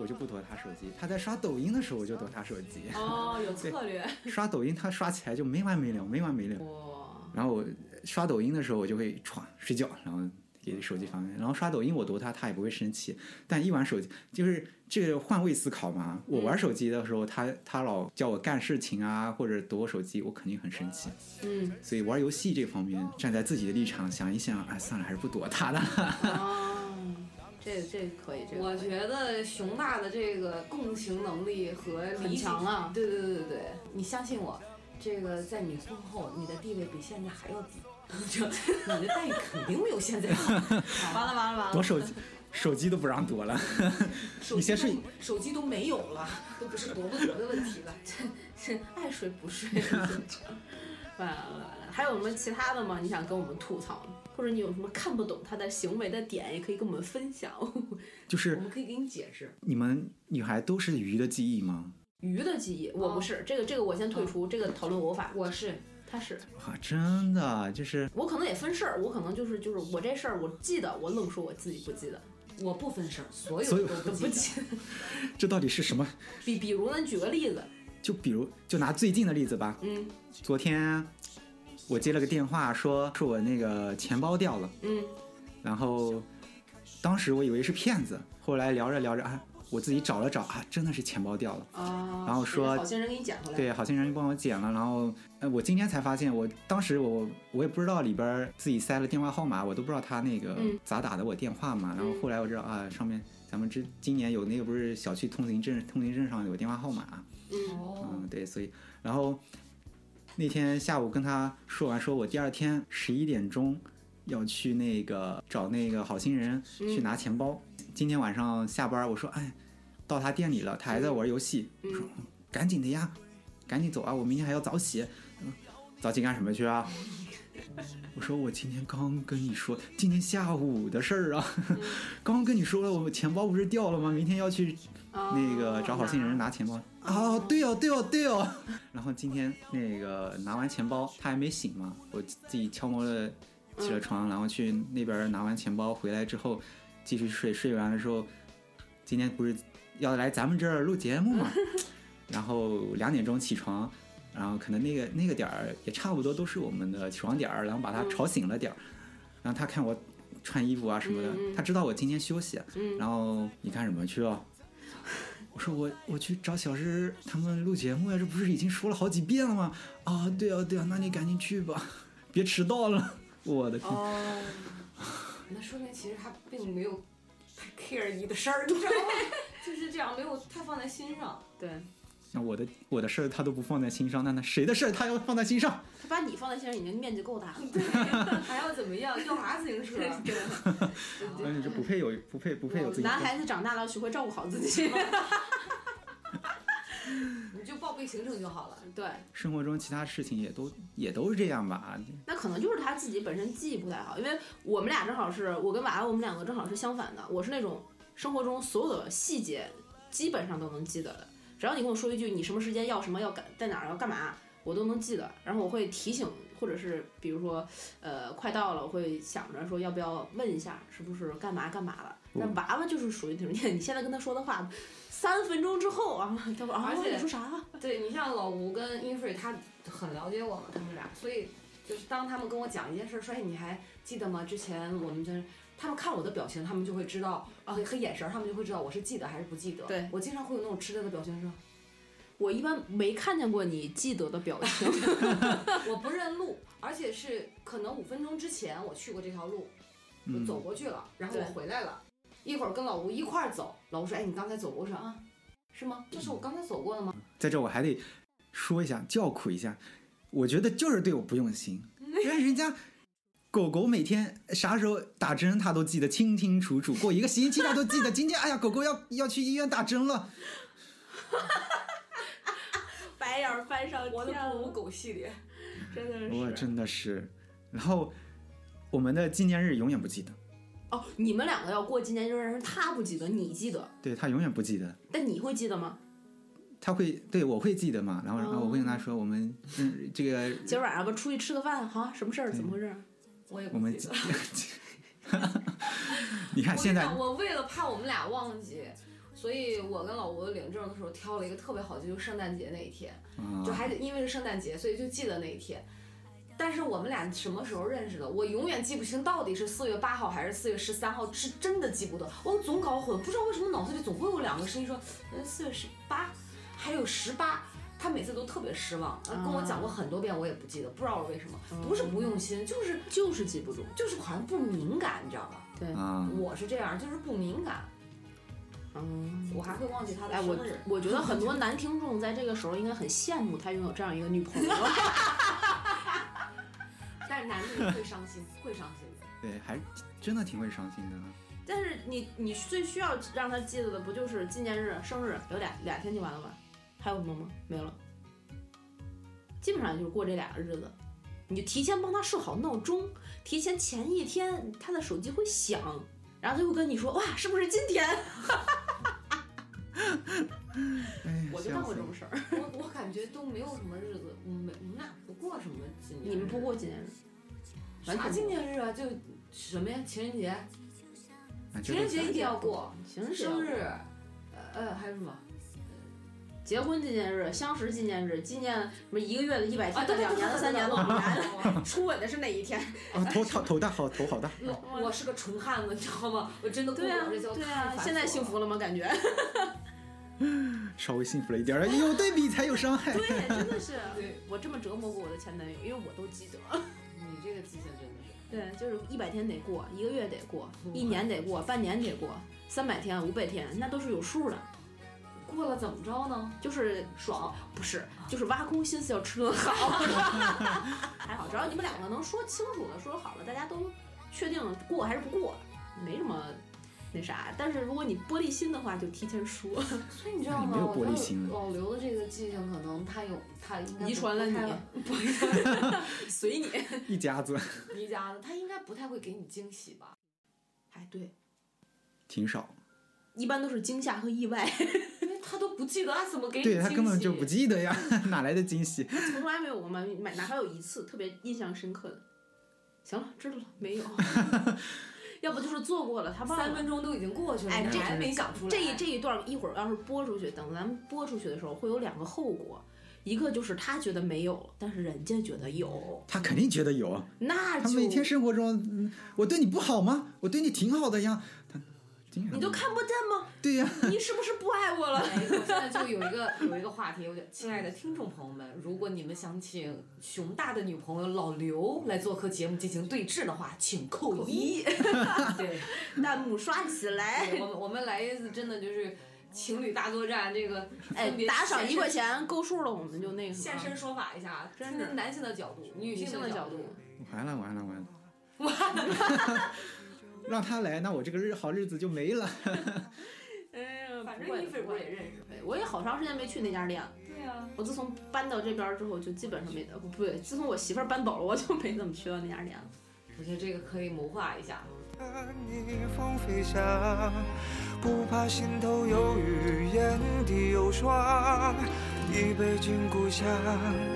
C: 我就不夺他手机，他在刷抖音的时候我就夺他手机，
E: 哦，有策略，
C: 刷抖音他刷起来就没完没了，没完没了。
E: 哇，
C: 然后我刷抖音的时候，我就会歘睡觉，然后给手机放开。然后刷抖音我读它，它也不会生气。但一玩手机，就是这个换位思考嘛。我
B: 嗯
C: 玩手机的时候，它它老叫我干事情啊，或者夺我手机，我肯定很生气。
E: 嗯，
C: 所以玩游戏这方面，站在自己的立场想一想，哎，算了，还是不躲它了。
E: 哦，这这可以，这个
B: 我觉得熊大的这个共情能力和
E: 很
B: 理解
E: 强啊，
B: 对对对对对，你相信我，这个在你婚后，你的地位比现在还要低， 就你的待遇肯定没有现在好。
E: 完了完了完
C: 夺
E: 了，
C: 手机，手机都不让夺了。
B: 手
C: 你
B: 机
C: 先
B: 都
C: 睡
B: 手机都没有了，都不是夺不夺的问题了。
E: 是爱睡不睡，完了 完了，还有什么其他的吗？你想跟我们吐槽的，或者你有什么看不懂他的行为的点，也可以跟我们分享。
C: 就是
B: 我们可以给你解释，
C: 你们女孩都是鱼的记忆吗？
E: 鱼的记忆，我不是、这个，这个我先退出，这个讨论我无法。
B: 我是
E: 他是
C: 哇，啊真的就是
E: 我可能也分事儿，我可能就是就是我这事儿我记得，我愣说我自己不记得。
B: 我不分事儿，所有
C: 所有
B: 都不记
C: 都不
B: 得
C: 记这到底是什么？
E: 比比如呢，举个例子，
C: 就比如就拿最近的例子吧，
E: 嗯
C: 昨天我接了个电话说，说我那个钱包掉了，
E: 嗯，
C: 然后当时我以为是骗子，后来聊着聊着啊，我自己找了找啊，真的是钱包掉了。
B: 哦
E: 啊，
C: 然后说
E: 好心人给你捡回来，，
C: 对，好心人帮我捡了，然后，呃，我今天才发现，我当时我我也不知道里边儿自己塞了电话号码，我都不知道他那个
E: 嗯
C: 咋打的我电话嘛，然后后来我知道啊，上面咱们之今年有那个不是小区通行证，通行证上有电话号码，
E: 嗯
B: 哦，
C: 嗯，对，所以然后那天下午跟他说完，说我第二天十一点钟要去那个找那个好心人去拿钱包。今天晚上下班，我说哎，到他店里了，他还在玩游戏，我说赶紧的呀，赶紧走啊，我明天还要早起。嗯早起干什么去啊？ 我说我今天刚跟你说，今天下午的事儿啊， 刚跟你说了，我钱包不是掉了吗？明天要去那个找好心人拿钱包。哦，对哦，对哦，对哦。 然后今天那个拿完钱包，他还没醒嘛，我自己悄摸的起了床，然后去那边拿完钱包回来之后，继续睡。睡完了之后，今天不是要来咱们这儿录节目 嘛，然后两点钟起床。然后可能那个那个点儿也差不多都是我们的起床点儿，然后把他吵醒了点儿，然后他看我嗯啊穿衣服啊什么的，他知道我今天休息，然后你干什么去哦？我说我我去找小诗他们录节目呀，这不是已经说了好几遍了吗？啊，对啊对啊，那你赶紧去吧， 别迟到了。 我的天，
B: 哦，那说明其实他并没有太 care 你的事儿，你知道吗？ 就是这样，没有太放在心上。
E: 对
C: 那我的我的事儿他都不放在心上，那那谁的事儿他要放在心上？
E: 他把你放在心上已经面积够大了。
B: 还要怎么样？要啥自行 车？
C: 那你这不配有不配不配有自己的
E: 男孩子长大了要学会照顾好自己。
B: 你就报备行程就好了。
E: 对，
C: 生活中其他事情也都也都是这样吧？
E: 那可能就是他自己本身记忆不太好，因为我们俩正好是我跟娃娃，我们两个正好是相反的。我是那种生活中所有的细节基本上都能记得的，只要你跟我说一句你什么时间要什么要干在哪儿要干嘛，我都能记得。然后我会提醒，或者是比如说，呃，快到了，我会想着说要不要问一下是不是干嘛干嘛了。但娃娃就是属于那种， 你现在跟他说的话，三分钟之后啊，他说啊
B: 而且
E: 你说啥啊？
B: 对你像老吴跟英水，他很了解我嘛，他们俩，所以就是当他们跟我讲一件事，说哎，你还记得吗？之前我们就是他们看我的表情，他们就会知道啊，和眼神儿，他们就会知道我是记得还是不记得。
E: 对
B: 我经常会有那种吃惊的表情，说
E: 我一般没看见过你记得的表情。
B: 我不认路，而且是可能五分钟之前我去过这条路，我
C: 嗯，
B: 走过去了，然后我
E: 对
B: 回来了，一会儿跟老吴一块儿走，老吴说哎，你刚才走过，我说啊，是吗？这是我刚才走过的吗？
C: 在这我还得说一下，叫苦一下，我觉得就是对我不用 心，因为人家。狗狗每天啥时候打针，它都记得清清楚楚。过一个星期，它都记得今天。哎呀，狗狗要要去医院打针了。
E: 白眼翻上
B: 我的
E: 天
B: 不
E: 了
B: 如狗系列，
E: 真的
C: 我真的是。然后我们的纪念日永远不记得，
E: 哦，你们两个要过纪念日，但是他不记得，你记得，
C: 对它永远不记得。
E: 但你会记得吗？
C: 它会对我会记得嘛？然后然后我会跟
B: 哦
C: 它说，我们嗯 这个
E: 今儿晚上吧，出去吃个饭，哈，什么事儿？
C: 对
E: 怎么回事？
B: 我也
C: 我
B: 不
C: 们
B: 记得。
C: 你看
B: 我
C: 现
B: 跟你
C: 在
B: 讲，我为了怕我们俩忘记，所以我跟老吴领证的时候挑了一个特别好，就是圣诞节那一天，
C: 啊
B: 就还得因为是圣诞节，所以就记得那一天。但是我们俩什么时候认识的，我永远记不清到底是四月八号还是四月十三号，是真的记不得，我总搞混，不知道为什么脑子里总会有两个声音说，嗯，四月十八，还有十八。他每次都特别失望，
E: 啊
B: 呃跟我讲过很多遍，我也不记得，不知道为什么，不是不用心，就是
E: 就是记不住。
B: 就是好像不敏感，你知道吧？
E: 对，
C: 啊，
B: 我是这样，就是不敏感。
E: 嗯。
B: 我还会忘记他的
E: 哎，我
B: 生日。
E: 我觉得很多男听众在这个时候应该很羡慕他拥有这样一个女朋 友。
B: 但是男的会伤心，会伤心的。
C: 对，还真的挺会伤心的。啊
E: 但是你你最需要让他记得的不就是纪念日、生日，有俩俩天就完了吧？还有什么吗？没了。基本上就是过这俩日子，你就提前帮他设好闹钟，提前前一天他的手机会响，然后他就会跟你说哇，是不是今天？
C: 哎呀，
E: 我就
C: 笑
E: 干过
C: 死了
E: 这种事儿。
B: 我我感觉都没有什么日子，我们我们俩不过什么纪念日。
E: 你们不过纪念日，完
B: 啥
E: 全
B: 纪念日啊？就什么呀？情人节，
C: 啊这
B: 情人
C: 都
B: 节一定要过，
E: 情人节、
B: 生日，呃呃还有什么
E: 结婚纪念日、相识纪念日、纪念什么一个月的、一百
B: 啊？
E: 天的、
B: 对对
E: 两
B: 对，
E: 年的、三年的、五年的，
B: 的。
E: 初吻的是哪一天？
C: 啊，头头头大好，头好大。
E: 嗯
C: 哦
B: 我啊我是个纯汉子，你知道吗？我真的不
E: 对
B: 懂
E: 呀、
B: 这叫
E: 对呀、
B: 太繁
E: 现在
B: 琐
E: 幸
B: 了
E: 福了吗？感觉？
C: 稍微幸福了一点儿，哎有对比才有伤害。
E: 对，真的是。
B: 对
E: 我这么折磨过我的前男友，因为我都记得。
B: 你这个记性真的是，
E: 对，就是一百天得过，一个月得过，一年得过，半年得过，三百天、五百天，那都是有数的。
B: 过了怎么着呢？
E: 就是
B: 爽，
E: 不是，就是挖空心思要吃顿 好。还好，只要你们两个能说清楚了，说好了，大家都确定过还是不过，没什么那啥。但是如果你玻璃心的话，就提前说。
B: 所以哎你知道
C: 你
B: 吗？
C: 没有
B: 我
C: 玻璃
B: 觉得
C: 心了
B: 老刘的这个记性，可能他有他应该
E: 遗
B: 不
E: 传了
B: 不
E: 你
B: 太
E: 随你。
C: 一家子
B: 离家的，他应该不太会给你惊喜吧？
E: 哎，对，
C: 挺少，
E: 一般都是惊吓和意外，
B: 因为他都不记得他怎么
E: 哎
B: 给你
C: 对
B: 惊喜，
C: 他根本就不记得呀， 哪来的惊喜？
E: 从来没有过买买，哪怕有一次特别印象深刻的。行了，知道了，没 有。要不就是做过了，他忘
B: 三
E: 了。
B: 分钟都已经过去了，
E: 哎
B: 你
E: 这
B: 还没想出来。
E: 这一 这一段儿一会儿要是播出去，等咱们播出去的时候会有两个后果，一个就是他觉得没有，但是人家觉得有，
C: 他肯定觉得有，啊
E: 那
C: 他
E: 就
C: 每天生活中，嗯我对你不好吗？我对你挺好的呀。他经常
E: 你都看不见吗？
C: 对呀、
E: 你是不是不爱我了？
B: 哎，我现在就有一个有一个话题，我就亲爱的听众朋友们，如果你们想请熊大的女朋友老刘来做客节目进行对峙的话，请扣 一。对，
E: 弹幕刷起来！
B: 对我们我们来一次真的就是情侣大作战，这个
E: 哎
B: 分别，
E: 打赏
B: 现
E: 一
B: 身
E: 块钱够数了，我们就那个什
B: 现
E: 么
B: 身说法一下，啊
E: 真
B: 听
E: 是
B: 听男性的角度，女
E: 女
B: 性
E: 性的角
B: 角
E: 度。
C: 完了完了完了， 让他来，那我这个日好日子就没了。
E: 哎呀，
B: 反
E: 不会
B: 正你
E: 的
B: 粉
E: 不
B: 我
E: 会
B: 也
E: 的
B: 认识。
E: 我也好长时间没去那家店了。
B: 对啊，
E: 我自从搬到这边之后，就基本上没呃不不对，自从我媳妇儿搬走了，我就没怎么去到那家店了。
B: 我觉得这个可以谋划一下。
G: 逆风飞翔，不怕心头有雨，眼底有霜。一杯敬故乡，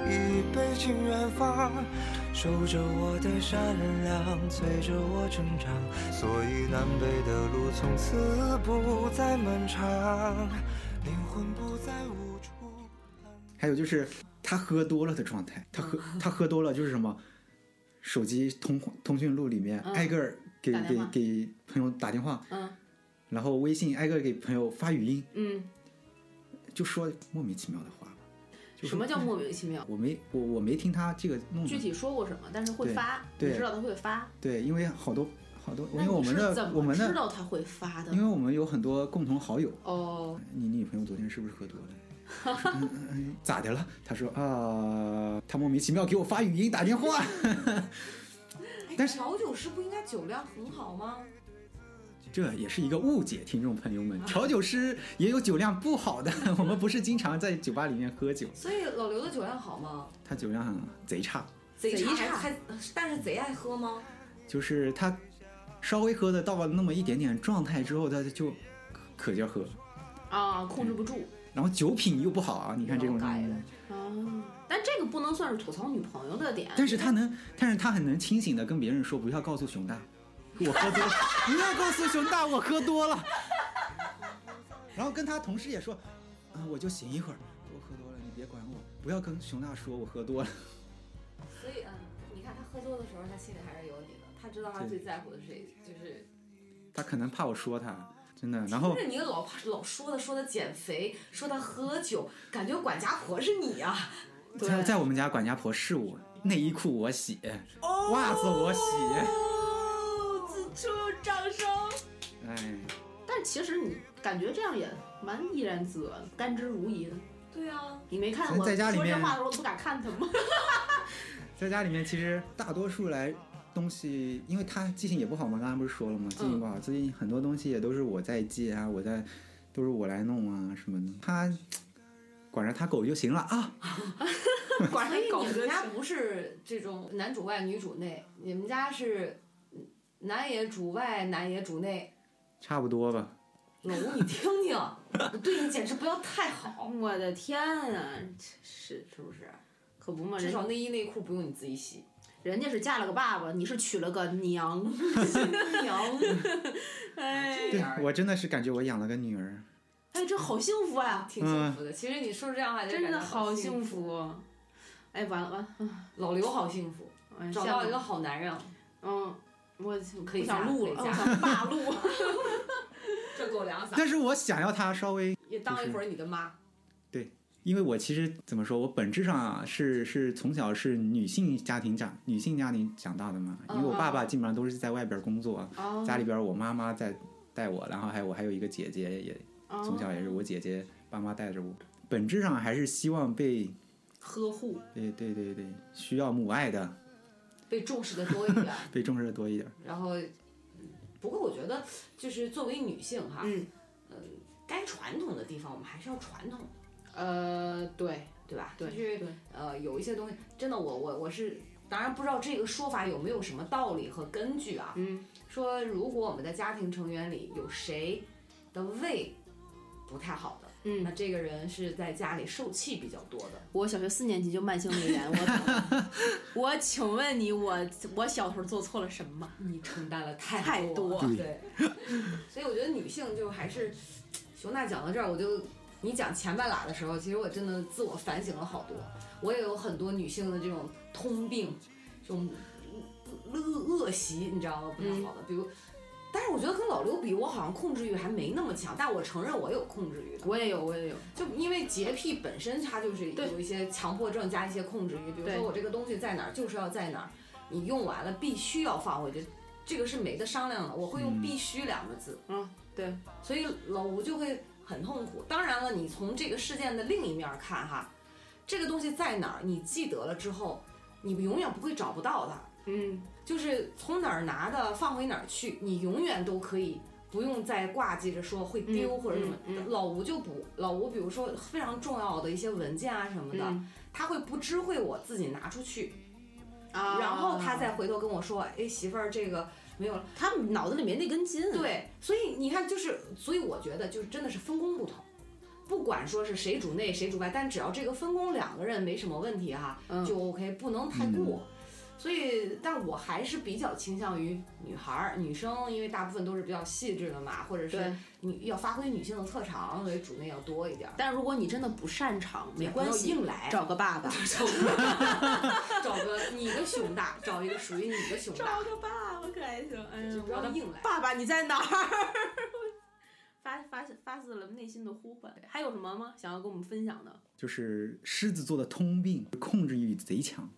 G: 一杯敬远方。守着我的善良，催着我成长，所以南北的路从此不再漫长，灵魂不再无处安放。
C: 还有就是他喝多了的状态，他喝
E: 嗯
C: 他喝多了就是什么，手机通通讯录里面
E: 嗯
C: 挨个儿给
E: 打电
C: 给
E: 话
C: 给朋友打电话，
E: 嗯
C: 然后微信挨个儿给朋友发语音，
E: 嗯，
C: 就说莫名其妙的话吧。就
E: 什
C: 说哎
E: 么叫莫名其妙？
C: 我没我我没听他这个弄的
E: 具体说过什么，但是会
C: 对
E: 发，
C: 对
E: 你知道他会发。
C: 对，因为好多好多，因
E: 那
C: 为我
E: 你
C: 们
E: 是
C: 的
E: 怎
C: 我
E: 么
C: 们
E: 知
C: 的，
E: 道他会发的
C: 因？为我们有很多共同好友。
E: 哦，
C: 你女朋友昨天是不是喝 多了？我说嗯嗯嗯咋的了？他说啊，他莫名其妙给我发语音打电话。
B: 哎
C: 但是
B: 调酒师不应该酒量很好吗？
C: 这也是一个误解，听众朋友 们，调酒师也有酒量不好的，我们不是经常在酒吧里面喝酒，
B: 所以老刘的酒量好吗？
C: 他酒量贼差，
B: 贼
E: 贼
B: 差
E: 差
B: 还还，但是贼爱喝吗？
C: 就是他稍微喝的到了那么一点点状态之后，他就可可劲儿喝，
E: 啊，控制不住
C: 然后酒品又不好啊，你看这种
B: 老改
C: 人
B: 的，
E: 啊。但这个不能算是吐槽女朋友的点。
C: 但是他能，但是他很能清醒的跟别人说，不要告诉熊大，我喝多了，不要告诉熊大我喝多了，然后跟他同事也说，啊、我就醒一会儿，我喝多了，你别管我，不要跟熊大说我喝多了。
B: 所以，嗯，你看他喝多的时候，他心里还是有你的，他知道他
C: 对
B: 最在乎的是谁，就是
C: 他可能怕我说他，真的。然后
B: 不是你老老说他说他减肥，说他喝酒，感觉管家婆是你啊。
C: 在在我们家管家婆是我，内衣裤我洗，袜子我洗，
E: 哦，此处掌声。
C: 哎，
E: 但其实你感觉这样也蛮怡然自得，甘之如饴的。
B: 对啊，
E: 你没看
C: 咱
E: 我
C: 在家里
E: 说这
C: 面
E: 话的时候我不敢看他吗？
C: 在家里面其实大多数来东西，因为他记性也不好嘛，刚才不是说了吗？记性不
B: 嗯
C: 好，最近很多东西也都是我在记啊，我在都是我来弄啊什么的。他管着他狗就行了啊，
E: 管他
B: 所以
E: 狗
B: 你
E: 就
B: 们家
E: 行
B: 不是这种男主外女主内，你们家是嗯男也主外，男也主内。
C: 差不多吧。
B: 老吴，你听听， 我对你简直不要太好，
E: 我的天啊，是是不是？可不嘛，
B: 至
E: 人
B: 少内衣内裤不用你自己洗。
E: 人家是嫁了个爸爸，你是娶了个娘。
B: 娘，这
C: 对
B: 样儿
C: 我真的是感觉我养了个女儿，
E: 哎，这好幸福啊！
B: 挺幸福的。其实你说这样话，
E: 真的
B: 好
E: 好
B: 幸
E: 幸。福。哎，完了完了，
B: 老刘好幸福，
E: 哎
B: 找
E: 下
B: 到
E: 个
B: 一个好男人，
E: 嗯，我
B: 可以
E: 不
B: 嫁
E: 想
B: 可
E: 录
B: 以
E: 了，我
B: 嫁
E: 想罢录。
B: 这狗粮撒，
C: 但是我想要他稍微
B: 也当一会儿你的妈。
C: 因为我其实怎么说，我本质上啊是是从小是女性家庭长女性家庭长大的嘛，因为我爸爸基本上都是在外边工作，
E: 哦
C: 家里边我妈妈在带我，然后还有我还有一个姐姐也从
E: 哦
C: 小也是我姐姐爸妈带着我，本质上还是希望被
E: 呵护，
C: 对对对对需要母爱的，
B: 被重视的多一点。
C: 被重视的多一点。
B: 然后，嗯不过我觉得，就是作为女性哈，
E: 嗯，
B: 该传统的地方我们还是要传统，
E: 呃，对
B: 对吧？
E: 对
B: 就是
E: 对，
B: 呃，有一些东西，真的我我我是，当然不知道这个说法有没有什么道理和根据啊。
E: 嗯，
B: 说如果我们的家庭成员里有谁的胃不太好的，那
E: 嗯，
B: 这个人是在家里受气比较多的。
E: 我小学四年级就慢性胃炎，我 我请问你，我我小时候做错了什么？
B: 你承担了太
E: 太
B: 多
E: 多
B: 对，所以我觉得女性就还是，熊大讲到这儿，我就你讲前半拉的时候，其实我真的自我反省了好多，我也有很多女性的这种通病，这种恶恶习，你知道吗？不太好的，比如但是我觉得跟老刘比，我好像控制欲还没那么强，但我承认我有控制欲的。
E: 我也有，我也有，
B: 就因为洁癖本身它就是
E: 对
B: 有一些强迫症加一些控制欲，比如
E: 对
B: 说我这个东西在哪儿就是要在哪儿，你用完了必须要放回去，这个是没得商量的。我会用
C: 嗯
B: “必须”两个字，
E: 嗯，对，
B: 所以老吴就会很痛苦。当然了，你从这个事件的另一面看哈，这个东西在哪儿，你记得了之后，你永远不会找不到它。
E: 嗯，
B: 就是从哪儿拿的放回哪儿去，你永远都可以不用再挂记着说会丢
E: 嗯
B: 或者什么。
E: 嗯嗯
B: 老吴就不，老吴比如说非常重要的一些文件啊什么的，
E: 嗯
B: 他会不知会我自己拿出去，
E: 啊，
B: 然后他再回头跟我说，哎媳妇儿这个没有了。
E: 他脑子里没那根筋，，
B: 对，所以你看就是，所以我觉得就是真的是分工不同。不管说是谁主内谁主外，但只要这个分工两个人没什么问题哈，
E: 嗯
B: 就 OK，不能太过。所以，但我还是比较倾向于女孩儿、女生，因为大部分都是比较细致的嘛，或者
E: 对
B: 是。你要发挥女性的特长，所以主内要多一点儿。
E: 但如果你真的不擅长，没
B: 也不
E: 关
B: 要
E: 系，
B: 硬来，
E: 找个爸爸，
B: 找个找个你的熊大，找一个属于你的熊大，
E: 个爸爸可还行？哎
B: 就
E: 呀
B: 不要硬来。
E: 爸爸你在哪儿？发发发自了内心的呼唤。还有什么吗？想要跟我们分享的？
C: 就是狮子座的通病，控制欲贼强。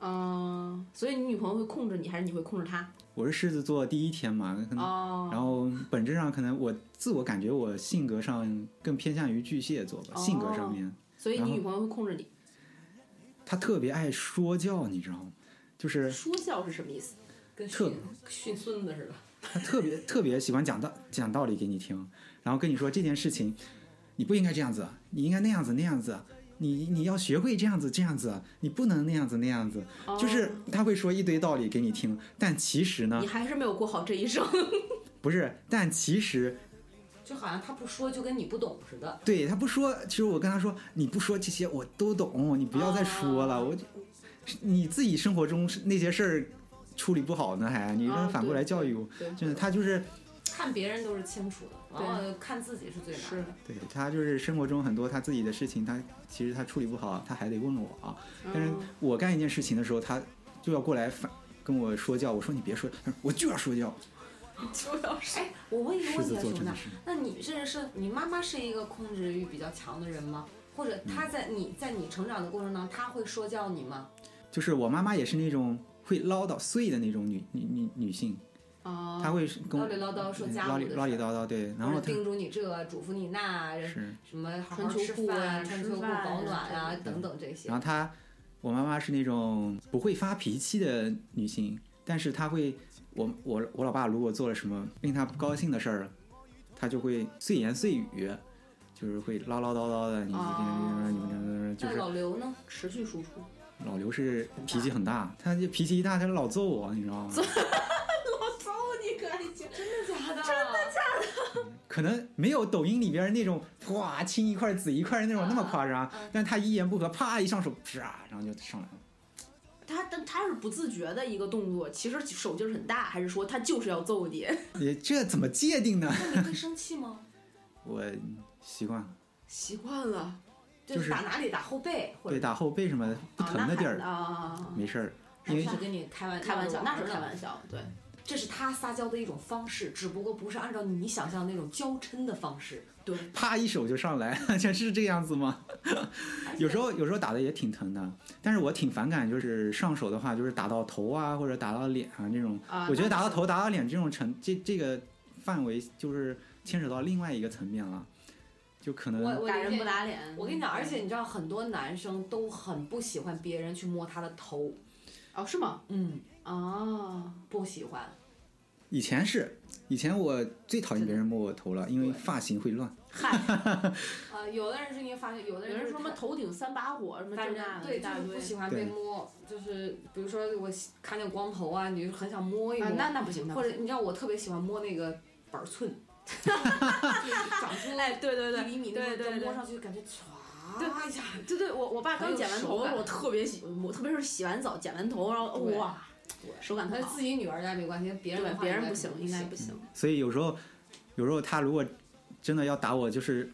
E: 嗯，所以你女朋友会控制你，还是你会控制她？
C: 我是狮子座第一天嘛，可能
E: 哦，
C: 然后本质上可能我自我感觉我性格上更偏向于巨蟹座吧，
E: 哦
C: 性格上面
E: 所以
C: 然
E: 你
C: 后
E: 女朋友会控制你。
C: 他特别爱说教，你知道吗？就是
E: 说教是什么意思？
B: 跟
C: 特
B: 训训孙子似 的。
C: 他特别特别喜欢讲道讲道理给你听，然后跟你说这件事情，你不应该这样子，你应该那样子那样子，你你要学会这样子这样子，你不能那样子那样子，就是他会说一堆道理给你听，但其实呢
E: 哦你，还是没有过好这一生。
C: 不是，但其实
B: 就好像他不说，就跟你不懂似的。
C: 对他不说，其实我跟他说，你不说这些我都懂，你不要再说了，我就你自己生活中是那些事儿处理不好呢，还你让
E: 啊
C: 他反过
E: 对
C: 来教育我，
E: 对
C: 真的，他就是
B: 看别人都是清楚的，
E: 对
B: 然后看自己是最难的。
C: 对他就是生活中很多他自己的事情，他其实他处理不好，他还得问我啊。但是我干一件事情的时候，他就要过来反跟我说教，我说你别说，他说我就要说教。
B: 哎，我问一个
C: 狮
B: 问
C: 子
B: 题啊，
C: 座
B: 熊
C: 真
B: 大
C: 的，是，
B: 那你甚至是你妈妈是一个控制欲比较强的人吗？或者
C: 嗯
B: 她在你在你成长的过程当中，她会说教你吗？
C: 就是我妈妈也是那种会唠叨碎的那种女女女女性，
E: 啊，
C: 她会跟
B: 哦唠
C: 我
B: 里唠叨说
C: 嗯
B: 家务
C: 唠里
B: 的
C: 唠里
B: 事
C: 叨叨，对，然后
B: 或者
C: 她
B: 叮嘱你这，嘱咐你那，
C: 是，
B: 什么好好
E: 穿秋
B: 吃
E: 裤啊
B: 饭、穿
E: 吃
B: 秋裤、
E: 饭
B: 保暖
E: 啊
B: 啊
E: 对
B: 等等这些
C: 然。后她我妈妈是那种不会发脾气的女性，但是她会我我我老爸如果做了什么令她不高兴的事儿，她就会碎言碎语。就是会唠唠叨叨的，你这
E: 哦
C: 你们这你们这，就
B: 那
C: 是
B: 老刘呢？
E: 持续输出。
C: 老刘是脾气很大，他就脾气一大，他老揍我，你知道吗？
B: 真的假
C: 可能没有抖音里边那种哇青一块紫一块那种那么夸张，但他一言不合，啪一上手，啪，然后就上来了。
E: 他但他是不自觉的一个动作，其实手劲儿很大，还是说他就是要揍 你？啊
C: 也这怎么界定 呢？
B: 的？那你会生气吗？
C: 我习惯了，
E: 习惯了，
C: 就
B: 就是是打哪里？打后背，或
C: 对
B: 者
C: 打后背什么的不疼的地儿、
E: 啊，
C: 没事儿，
B: 还
C: 因
B: 是
C: 为
B: 要跟你开玩
E: 开玩笑，那是开
B: 笑。
E: 玩笑，对，
B: 这是他撒娇的一种方式，只不过不是按照你想象那种娇嗔的方式。
C: 啪一手就上来， 这是这样子吗？ 有时候有时候打的也挺疼的，但是我挺反感，就是上手的话，就是打到头啊或者打到脸啊这种，
E: 啊
C: 我觉得打到头打到脸这种程这这个范围就是牵扯到另外一个层面了，就可能
B: 我我
E: 打人不
B: 理解
E: 打脸。
B: 我跟你讲，而且你知道，很多男生都很不喜欢别人去摸他的头，
E: 哦，是吗？
B: 嗯，
E: 啊，
B: 不喜欢。
C: 以前是，以前我最讨厌别人摸我头了，因为发型会乱。
E: 嗨，
B: 呃，有的人是因为发现，有的人
E: 有人
B: 就是
E: 说什么
B: 看，
E: 头顶三把火，什么这
B: 反
E: 那
B: 正
E: 的，
B: 对，
E: 一
B: 就
E: 大
B: 是
E: 堆
B: 不喜欢被
C: 对
B: 摸，就是比如说我喜看见光头啊，你就很想摸一
E: 啊
B: 摸，，
E: 那那不行，那不
B: 或
E: 行
B: 者你知道我特别喜欢摸那个板寸，就是长出
E: 哎，对对
B: 一
E: 对
B: 厘米那
E: 对
B: 种，
E: 对
B: 就
E: 对
B: 摸上去感觉歘一下，
E: 对对，我我爸
B: 很
E: 刚
B: 有
E: 剪完
B: 手
E: 头的时
B: 感
E: 候，我特别喜，我特别是洗完澡剪完头，然后
B: 对
E: 哇
B: 对，
E: 手感
B: 那
E: 特好
B: 自。己女儿家没关系，别人
E: 对
B: 的，话
E: 别
B: 应
E: 人
B: 该
E: 不
B: 可
E: 行，
B: 能
E: 应该不行。
C: 所以有时候，有时候他如果真的要打我，就是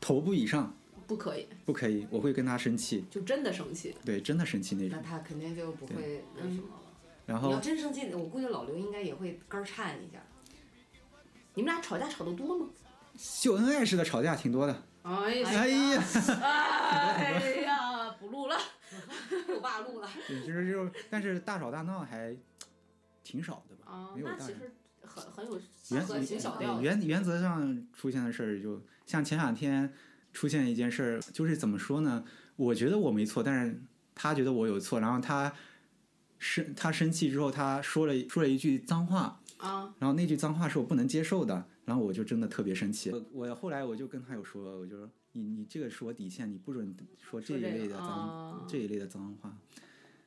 C: 头部以上
B: 嗯
E: 不可以，
C: 不可以，我会跟他生气，
E: 就真的生气。
C: 对，真的生气那
B: 那
C: 种。
B: 他肯定就不会那什么了。
C: 然
B: 嗯你要
C: 后
B: 真生气，我估计老刘应该也会肝儿颤一下。
E: 你们俩吵架吵得多吗？
C: 秀恩爱式的吵架挺多的。
E: 哎
C: 哎呀，
B: 啊
E: 哎呀，不录了。
B: 六八路了，
C: 对，就是就是，但是大吵大闹还挺少的吧？
E: 啊，
C: 没有
E: 那
C: 大
E: 其
C: 人
E: 实很很有
C: 原
E: 很
C: 原
E: 挺小
C: 对
E: 调的。
C: 原原则上出现的事儿，就像前两天出现一件事儿，就是怎么说呢？我觉得我没错，但是他觉得我有错，然后他生他生气之后，他说了说了一句脏话，
E: 啊，
C: 然后那句脏话是我不能接受的，然后我就真的特别生气。我我后来我就跟他有说，我就说你你这个是我底线，你不准说这
E: 说
C: 一
E: 这个
C: 类的
E: 啊
C: 脏这一类的脏 话。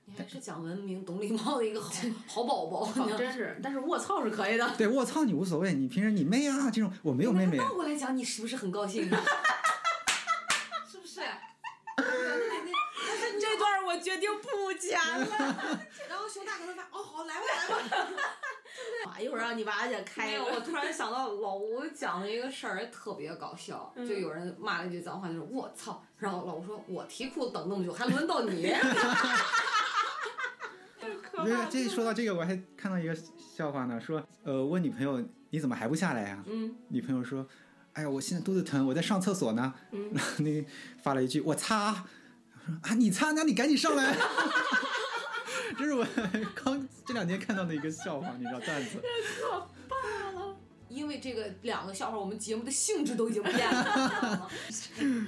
B: 你还是讲文明、懂礼貌的一个好好宝宝。
E: 好真是，但是卧槽是可 以的。
C: 对，我操你无所谓，你平时你妹啊这种，我没有妹妹。
B: 倒过来讲，你是不是很高兴？啊 是不是？
E: 这段我决定不加了。
B: 然后熊大可能发，哦，好，来吧，来吧。
E: 一会儿让你娃姐开
B: 没
E: 一
B: 有，
E: 个。
B: 我突然想到老吴讲了一个事儿，特别搞笑，
E: 嗯
B: 就有人骂了一句脏话，就是我操，然后老吴说，我题库等那么久，还轮到你？
C: 对，这说到这个，我还看到一个笑话呢，说呃问女朋友你怎么还不下来呀、
B: 嗯，
C: 女朋友说，哎呀，我现在肚子疼，我在上厕所呢。嗯，然后那个发了一句我擦，说啊你擦，那你赶紧上来。 这是我刚这两天看到的一个笑话，你知道段子。
B: 因为这个两个笑话，我们节目的性质都已经变 了。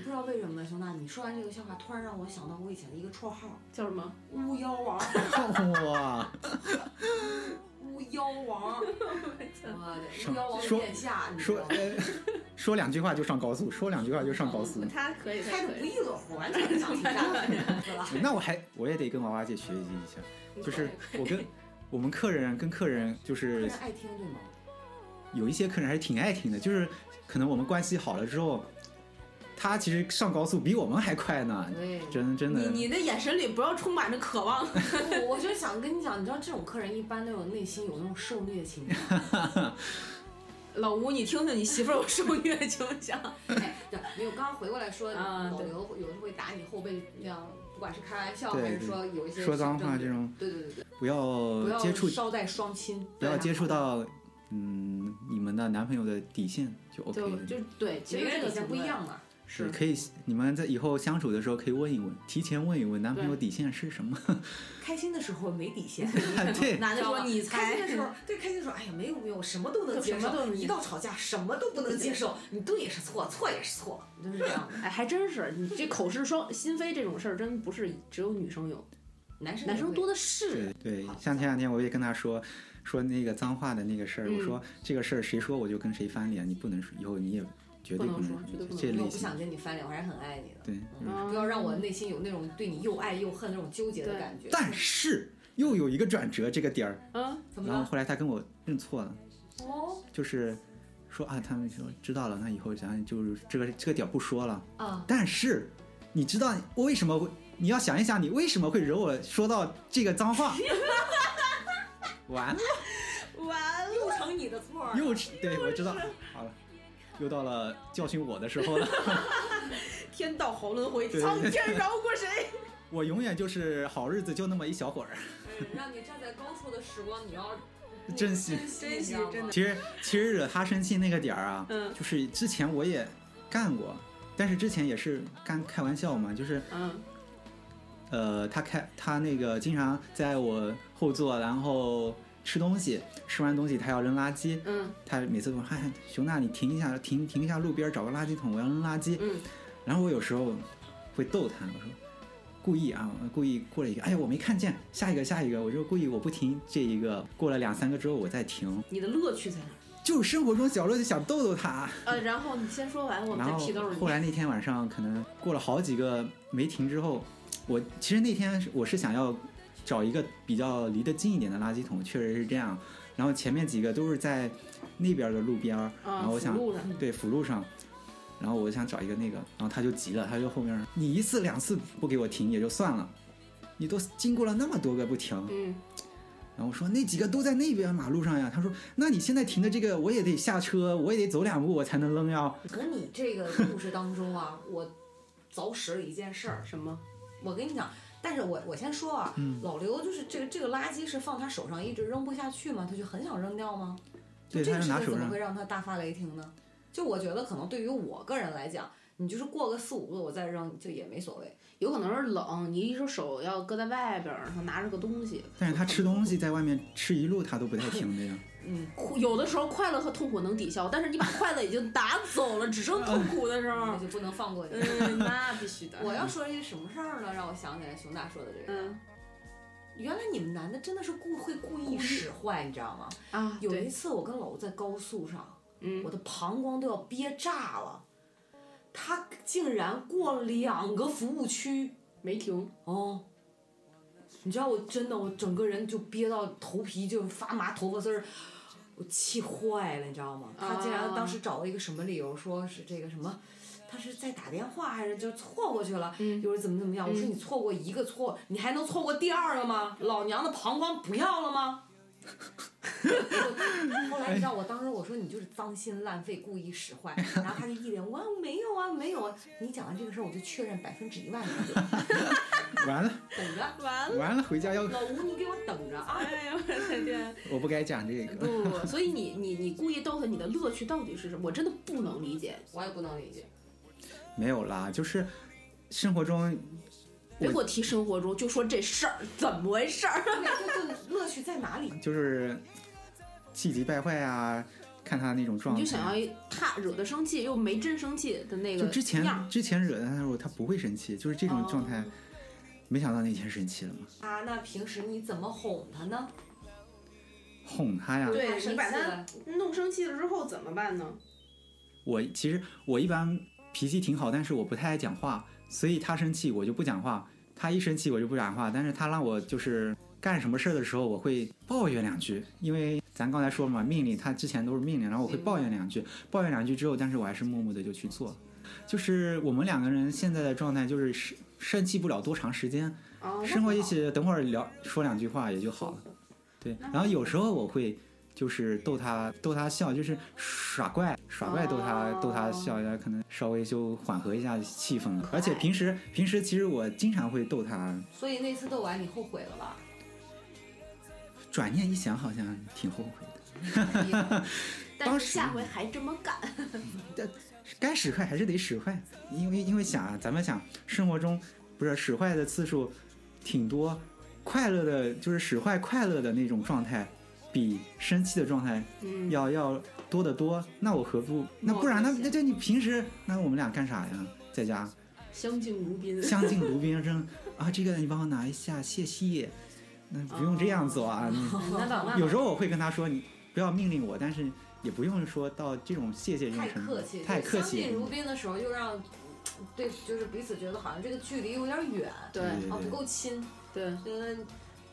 B: 不知道为什么，熊大，你说完这个笑话，突然让我想到我以前的一个绰号
E: 叫什么？
B: —— 巫妖王。
C: 哇，
B: 巫妖 王，我的巫妖王
C: 说
B: 殿下，你知
C: 说
B: 道吗？
C: 呃说两句话就上高速，说两句话就上高速。
E: 他可以，
B: 开
E: 他
B: 的
E: 可
B: 不
E: 以。
B: 亦乐乎，完全不想听下去了。
C: 那我还我也得跟娃娃姐学习一下，就是我跟我们客人跟客人就
B: 客
C: 是
B: 人爱听对吗？
C: 有一些客人还是挺爱听的，就是可能我们关系好了之后，他其实上高速比我们还快呢，
B: 对
C: 真真
E: 你
C: 的。
E: 你的眼神里不要充满着 渴望。
B: 我我就想跟你讲，你知道这种客人一般都有内心有那种受虐倾 向。
E: 老吴，你听听你媳妇儿 有受虐倾向。
B: 哎，对，没有，刚刚回过来说，
E: 啊
B: 老
E: 对
B: 刘有的时候会打你后背，那样不管是开玩笑
C: 对
B: 还是
C: 对
B: 说有一些
C: 说脏
B: 是
C: 话
B: 正
C: 这种，
B: 对对对对，
C: 不要
B: 不要
C: 接触，
B: 捎带双亲，
C: 不要接触到，嗯，你们的男朋友的底线就 OK
E: 就
C: 了。
E: 就对，其
B: 每
E: 实
B: 个人
E: 这个
B: 底线
E: 挺
B: 不一
E: 对
B: 样嘛。
C: 是可以，你们在以后相处的时候可以问一问，提前问一问男朋友
E: 对
C: 底线是什么。
B: 开心的时候没底线，
C: 对，
E: 男的
B: 知道
E: 说
B: 吧
E: 你
B: 开
E: 猜
B: 心的时候，对开心的时候，哎呀，没有没有，我什么都能
E: 就
B: 接
E: 什么都
B: 受，
E: 能接
B: 一到吵架什么都不能接受，你对也是错，错也是错，就是这样的。
E: 哎，还真是，你这口是双心非这种事儿，真不是只有女生有，
B: 男生
E: 男
B: 也
E: 生
B: 会
E: 多的是。
C: 对对，像前两天我也跟他说说那个脏话的那个事儿，我
E: 嗯
C: 说这个事儿谁说我就跟谁翻脸，你不能说，以后你也绝对
E: 不
C: 不
E: 能
C: 能
E: 说绝对不能
C: 这
B: 我
C: 类
B: 不
C: 型
B: 想。跟你翻脸，我还是很爱你的。
C: 对，就是
E: 嗯
B: 不要让我内心有那种对你又爱又恨那种纠结的
E: 对
B: 感觉。
C: 但是又有一个转折，这个点儿，
E: 嗯，
B: 怎么
C: 然后
B: 了？
C: 后来他跟我认错了，
B: 哦
C: 就是说啊，他们说知道了，那以后咱就是这个这个点儿不说了。
B: 啊，
C: 但是你知道我为什么会？你要想一想，你为什么会惹我说到这个脏 话？完了，
E: 完了，
B: 又成你的错儿。
C: 又是对我 知道，好了，又到了教训我的时候了。
E: 天道好轮回，
C: 对
E: 苍天饶过谁？
C: 我永远就是好日子就那么一小会儿。
B: 嗯让你站在高处的时光，你要
C: 珍惜
E: 珍惜真的
C: 其实其实惹他生气那个点儿啊，
E: 嗯
C: 就是之前我也干过，但是之前也是干开玩笑嘛，就是
E: 嗯，
C: 呃，他开他那个经常在我后座，然后吃东西，吃完东西他要扔垃圾，
E: 嗯
C: 他每次都说：“哎，熊大，你停一下，停停一下路边儿找个垃圾桶，我要扔垃圾。”
E: 嗯，
C: 然后我有时候会逗他，我说故意啊，故意过了一个，哎呀，我没看见，下一个下一个，我就故意我不停这一个，过了两三个之后我再停，
E: 你的乐趣在哪儿？
C: 就是生活中小乐就想逗逗他。
E: 呃，然后你先说完，我们
C: 然
E: 再
C: 后
E: 批斗
C: 后
E: 你。
C: 来那天晚上，可能过了好几个没停之后，我其实那天是我是想要找一个比较离得近一点的垃圾桶，确实是这样。然后前面几个都是在那边的路边儿，然
E: 啊，
C: 后我想
E: 辅路的，
C: 对辅路上，然后我想找一个那个，然后他就急了，他就后面儿你一次两次不给我停也就算了，你都经过了那么多个不停，
E: 嗯，
C: 然后我说那几个都在那边马路上呀，他说那你现在停的这个我也得下车，我也得走两步我才能扔呀，
B: 从你这个故事当中啊，我凿实了一件事儿。
E: 什么？
B: 我跟你讲，但是我我先说啊，
C: 嗯
B: 老刘就是这个这个垃圾是放他手上一直扔不下去吗？他就很想扔掉吗？
C: 对，
B: 这
C: 他
B: 个
C: 是
B: 事
C: 拿
B: 情
C: 手
B: 怎么
C: 上
B: 会，让他大发雷霆呢？就我觉得可能对于我个人来讲，你就是过个四五个，我再扔就也没所谓。
E: 有可能是冷，你一只手要搁在外边儿，然后拿着个东西。
C: 但是他吃东西在外面吃一路他都不带停的呀。
B: 嗯，
E: 有的时候快乐和痛苦能抵消，但是你把快乐已经打走了，只剩痛苦的时候
B: 那，就不能放过你。
E: 嗯，那必须的。
B: 我要说一个什么事儿呢？让我想起来熊大说的这个。
E: 嗯
B: 原来你们男的真的是故会故
E: 故
B: 意
E: 意
B: 使坏，你知道吗？
E: 啊，
B: 有一
E: 对，
B: 次我跟老吴在高速上，
E: 嗯
B: 我，的膀胱都要憋炸了，他竟然过两个服务区
E: 没停，
B: 哦。你知道我真的，我整个人就憋到头皮就发麻，头发丝儿，我气坏了，你知道吗？他竟然
E: 啊
B: 当时找了一个什么理由，说是这个什么，他是在打电话还是就错过去了，
E: 嗯
B: 就是怎么怎么样？我说
E: 嗯
B: 你错过一个错，你还能错过第二个吗？老娘的膀胱不要了 吗？我后来你知道，我当时我说你就是脏心烂肺，故意使 坏，然后他就一脸我没有啊，没有啊。你讲完这个事儿，我就确认百分之一万没有，
C: 完了
B: 等着，
E: 完了，
C: 完了，回家要
B: 老吴你给我等着啊！
E: 哎呦我的天！
C: 我不该讲这个。
E: 不不不，所以你你你故意逗他，你的乐趣到底是什么？我真的不能理解。
B: 我也不能理解，
C: 没有啦，就是生活中
E: 别给我提生活中，就说这事儿怎么回事儿？
B: 对，就就乐趣在哪里？
C: 就是气急败坏啊，看他那种状
E: 你
C: 态。
E: 就想要一他惹他生气又没真生气的那个
C: 就之前
E: 样儿
C: 之前惹他的时候，他不会生气，就是这种状态。
E: 哦
C: 没想到那天生气了嘛，
B: 啊，那平时你怎么哄他呢？
C: 哄他呀。
E: 对
B: 他生
E: 你把
B: 气
E: 他
B: 了
E: 弄生气了之后怎么办呢？
C: 我其实我一般脾气挺好，但是我不太爱讲话，所以他生气我就不讲话，他一生气我就不讲话。但是他让我就是干什么事儿的时候，我会抱怨两句，因为咱刚才说了嘛，命令他之前都是命令，然后我会抱怨两句，抱怨两句之后，但是我还是默默的就去做了。就是我们两个人现在的状态就是生生气不了多长时间，
E: 啊，那
C: 生活一
E: 不好
C: 起等会儿聊说两句话也就好了。对，
E: 那
C: 然后有时候我会就是逗他逗他笑，就是耍怪耍怪逗他、
E: 哦
C: 逗他笑一下，可能稍微就缓和一下气氛了。
E: 可爱
C: 而且平时平时其实我经常会逗他，
B: 所以那次逗完你后悔了 吧？
C: 转念一想好像挺后悔的，
E: 但
C: 当
E: 是
C: 时
E: 下回还这么干。
C: 该使坏还是得使坏，因为因为想啊，咱们想生活中不是使坏的次数挺多，快乐的就是使坏快乐的那种状态，比生气的状态
E: 嗯，
C: 要要多得多，那我何不那不然那那对你平时那我们俩干啥呀？在家
E: 相敬如宾。
C: 相敬如宾，扔啊这个你帮我拿一下，谢谢。那不用这样做啊，
B: 哦
C: 你
E: 那 倒那
C: 有时候我会跟他说你不要命令我，但是也不用说到这种谢谢这种
B: 太
C: 程度
B: 客气，，
C: 太
B: 就
C: 客
B: 相敬
C: 气。
B: 如宾的时候又让，对，就是彼此觉得好像这个距离有点远，啊，
E: 对
C: 对
B: 不够亲。
E: 对，
B: 觉得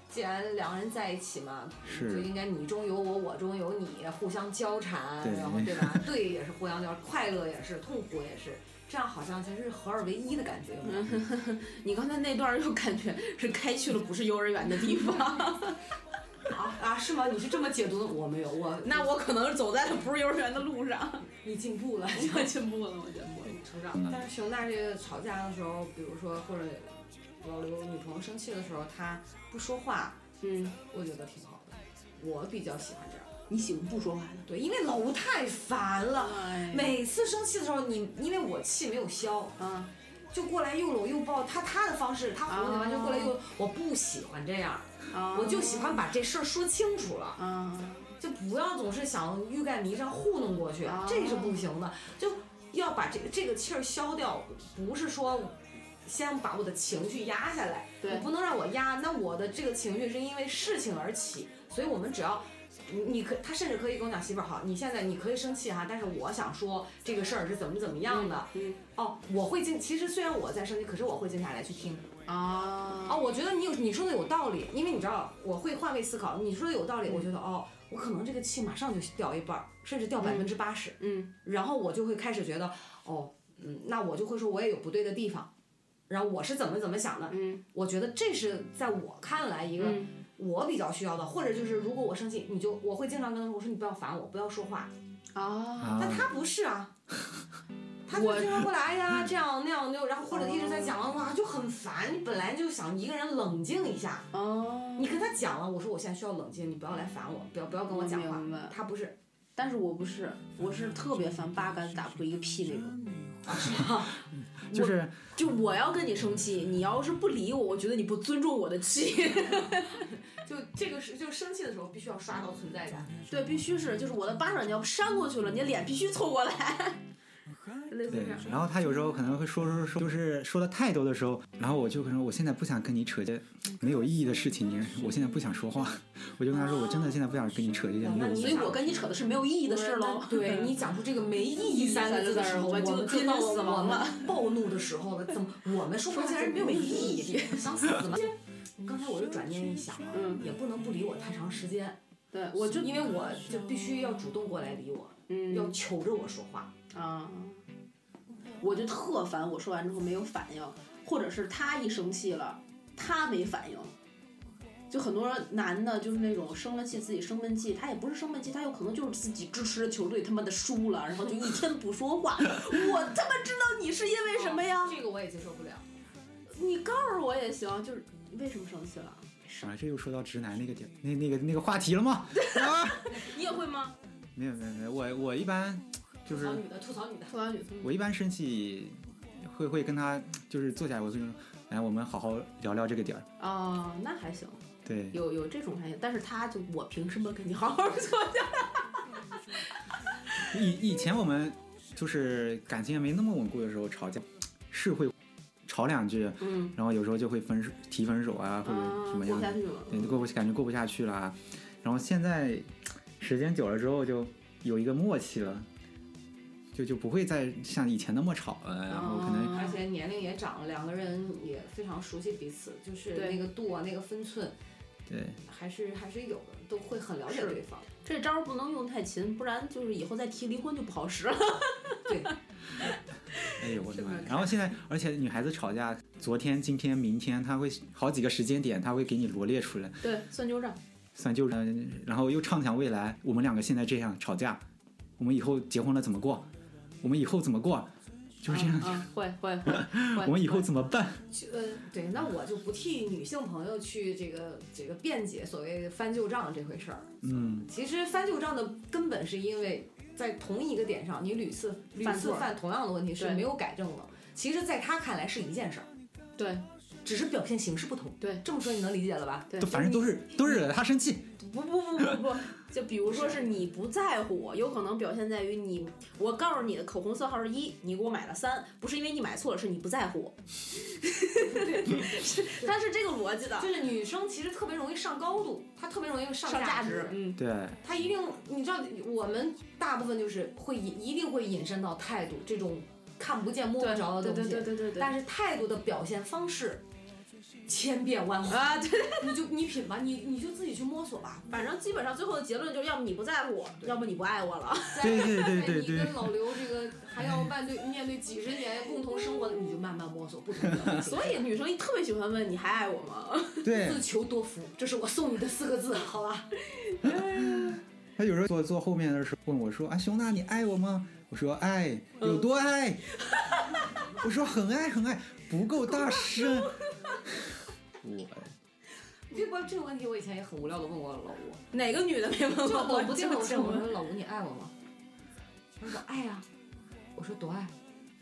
B: 既然两个人在一起嘛，就是应该你中有我，我中有你，互相交缠，
C: 对
B: 然后对 吧？对也是互相交，快乐也是，痛苦也是，这样好像才是合二为一的感觉。有没有
E: 你刚才那段儿又感觉是开去了不是幼儿园的地方，
B: 啊啊，是吗？你是这么解读的？我没有，我
E: 那我可能走在了不是幼儿园的路上，
B: 你进步了。
E: 我进步了，我进步了，成长。
C: 嗯
B: 但是熊大这个吵架的时候，比如说或者老刘女朋友生气的时候，他不说话，
E: 嗯，
B: 我觉得挺好的。我比较喜欢这样，
E: 你喜欢不说话的？
B: 对，因为老吴太烦了。
E: 哎
B: 每次生气的时候，你因为我气没有消，
E: 啊，
B: 就过来又搂又抱，他他的方式，他哄你完就过来
E: 哦
B: 又，我不喜欢这样，我就喜欢把这事儿说清楚了，
E: 啊，
B: 就不要总是想欲盖弥彰糊弄过去
E: 啊，
B: 这是不行的，就要把这个这个气儿消掉，不是说。先把我的情绪压下来，
E: 对
B: 你不能让我压。那我的这个情绪是因为事情而起，所以我们只要你你可他甚至可以跟我讲媳妇儿好，你现在你可以生气哈，但是我想说这个事儿是怎么怎么样的，
E: 嗯
B: 哦，我会静。其实虽然我在生气，可是我会静下来去听。
E: 啊，
B: 哦，我觉得你有你说的有道理，因为你知道我会换位思考。你说的有道理，我觉得
E: 嗯
B: 哦，我可能这个气马上就掉一半儿，甚至掉百分之八十，
E: 嗯，
B: 然后我就会开始觉得哦，嗯，那我就会说我也有不对的地方，然后我是怎么怎么想的。
E: 嗯
B: 我觉得这是在我看来一个
E: 嗯
B: 我比较需要的，或者就是如果我生气，你就我会经常跟他说，我说你不要烦我，不要说话，
E: 啊，
C: 啊
B: 但，他不是啊，他就
E: 我
B: 经常过来哎呀，这样那样就，然后或者一直在讲的话就很烦。你本来就想一个人冷静一下，
E: 哦，
B: 你跟他讲了，我说我现在需要冷静，你不要来烦我，不要不要跟我讲话
E: 我明白。
B: 他不是，
E: 但是我不是，我是特别烦八竿子打不出一个屁那种。
C: 就是
E: 就我要跟你生气，你要是不理我，我觉得你不尊重我的气。
B: 就这个是，就生气的时候必须要刷到存在感。
E: 对，必须是，就是我的巴掌你要扇过去了，你的脸必须凑过来。类似
C: 对
E: 这样，，
C: 然后他有时候可能会说说说，就是说的太多的时候，然后我就可能我现在不想跟你扯这
E: 嗯
C: 没有意义的事情，你我现在不想说话， 我就跟他说我真的现在不想跟你扯这些没有意义
E: 所以我跟哦你扯的是没有意义的事喽。
B: 对你讲出这个嗯没意义三个字的时候，
E: 我
B: 我
E: 们
B: 们
E: 就
B: 就到
E: 死亡了
B: 我们 暴怒的时候了。怎么我们说话竟然没有意义？ 想死吗？刚才我就转念一想啊，
E: 嗯
B: 也不能不理我太长时间，
E: 对，我就
B: 因为我就必须要主动过来理我，
E: 嗯
B: 要求着我说话。
E: 啊，我就特烦我说完之后没有反应，或者是他一生气了，他没反应。就很多男的，就是那种生了气自己生闷气，他也不是生闷气，他有可能就是自己支持的球队他妈的输了，然后就一天不说话。 我他妈知道你是因为什么呀？
B: 这个我也接受不了。
E: 你告诉我也行，就是你为什么生气了？
C: 啊，这又说到直男那个点，那那个那个话题了吗？啊，
E: 你也会吗？
C: 没有没有没有，我我一般就是
B: 吐槽女的，吐槽女的。
E: 吐槽女同
C: 我一般生气会会跟他就是坐下来，我就说来我们好好聊聊这个点儿，
E: 啊、那还行，
C: 对，
E: 有有这种还行，但是他就我凭什么跟你好好说呀？
C: 以以前我们就是感情也没那么稳固的时候吵架，是会吵两句，
E: 嗯，
C: 然后有时候就会分手提分手啊，或者
E: 啊，
C: 什么
E: 过
C: 样
E: 不
C: 的
E: 下，去了。
C: 对，过不感觉过不下去啦。然后现在时间久了之后，就有一个默契了，就就不会再像以前那么吵了。然后可能、
E: 啊
B: 而且年龄也长了，两个人也非常熟悉彼此，就是
E: 对
B: 那个度啊，那个分寸
C: 对，
B: 还是还是有的，都会很了解
E: 是
B: 对方。
E: 这招儿不能用太勤，不然就是以后再提离婚就不好使了。
C: 哎呦我的妈呀
E: 这么！看
C: 然后现在，而且女孩子吵架，昨天、今天、明天，她会好几个时间点，她会给你罗列出来，
E: 对，算旧账。
C: 算就是，嗯然后又畅想未来，我们两个现在这样吵架，我们以后结婚了怎么过？我们以后怎么过？ 就是这样，
E: 啊，啊会会会会。
C: 我们以后
E: 会
C: 怎么办？
B: 就呃，对，那我就不替女性朋友去这个这个辩解所谓翻旧账这回事儿。
C: 嗯，
B: 其实翻旧账的根本是因为在同一个点上，你屡次屡
E: 犯
B: 次
E: 错儿
B: 犯同样的问题是
E: 对
B: 没有改正的。其实，在他看来是一件事儿，
E: 对
B: 只是表现形式不同。
E: 对
B: 这么说你能理解了吧？
E: 对
C: 都反正都是都是惹她生气。
E: 不不不不不， 就比如说是你不在乎我，有可能表现在于你，我告诉你的口红色号是一，你给我买了三，不是因为你买错了，是你不在乎 我。是它是这个逻辑的，
B: 就是女生其实特别容易上高度，她特别容易上
E: 上
B: 价
E: 价值，嗯，
C: 对，
B: 他一定，你知道，我们大部分就是会引，一定会引申到态度这种看不见摸不
E: 对
B: 着的东
E: 对对
B: 西。
E: 对对对对。
B: 但是态度的表现方式千变万化，
E: 啊，对，
B: 你就你品吧，你你就自己去摸索吧。
E: 反正基本上最后的结论就是，要么你不在乎我，要么你不爱我了。
C: 对对对对
B: 在你
C: 对
B: 跟，老刘这个还要面对面对几十年共同生活的，你就慢慢摸索不同的。
E: 所以女生特别喜欢问你还爱我吗？
C: 对
B: 自求多福，这是我送你的四个字，好吧？
C: 他有时候坐坐后面的时候问我说：“啊，熊大，你爱我吗？”我说：“爱，有多爱？”我说：“很爱，很爱，不够 大声。”我
B: 这个这个问题我以前也很无聊的问过老吴，
E: 哪个女的没问
B: 就
E: 过
B: 我不见我
E: 就
B: 说，我说老吴你爱我吗？他说爱呀、我说多爱，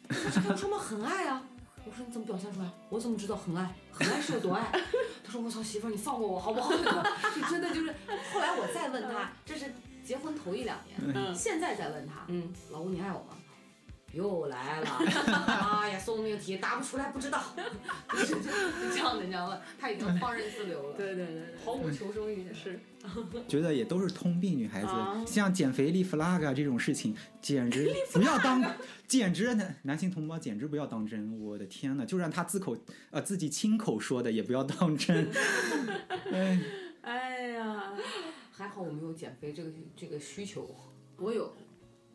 B: 他说他们很爱啊。我说你怎么表现出来？我怎么知道很爱？很爱是有多爱？他说我操媳妇儿，你放过我好不好？ 你真的就是，后来我再问他，这是结婚头一两年，
E: 嗯
B: 现在再问他，
E: 嗯，
B: 老吴你爱我吗？又来 了，妈呀，送命题答不出来不知道， 就是这样的，你知道吗？他已经放任自流了，
E: 对对对
B: 毫无求生欲，
E: 对，是
C: 觉得也都是通病，女孩子、
E: 啊
C: 像减肥立 flag 啊这种事情，简直不要当，简直男男性同胞简直不要当真，我的天呐，就让他自口呃自己亲口说的也不要当真，哎，
E: 哎呀，
B: 还好我没有减肥这个这个需求。
E: 我有，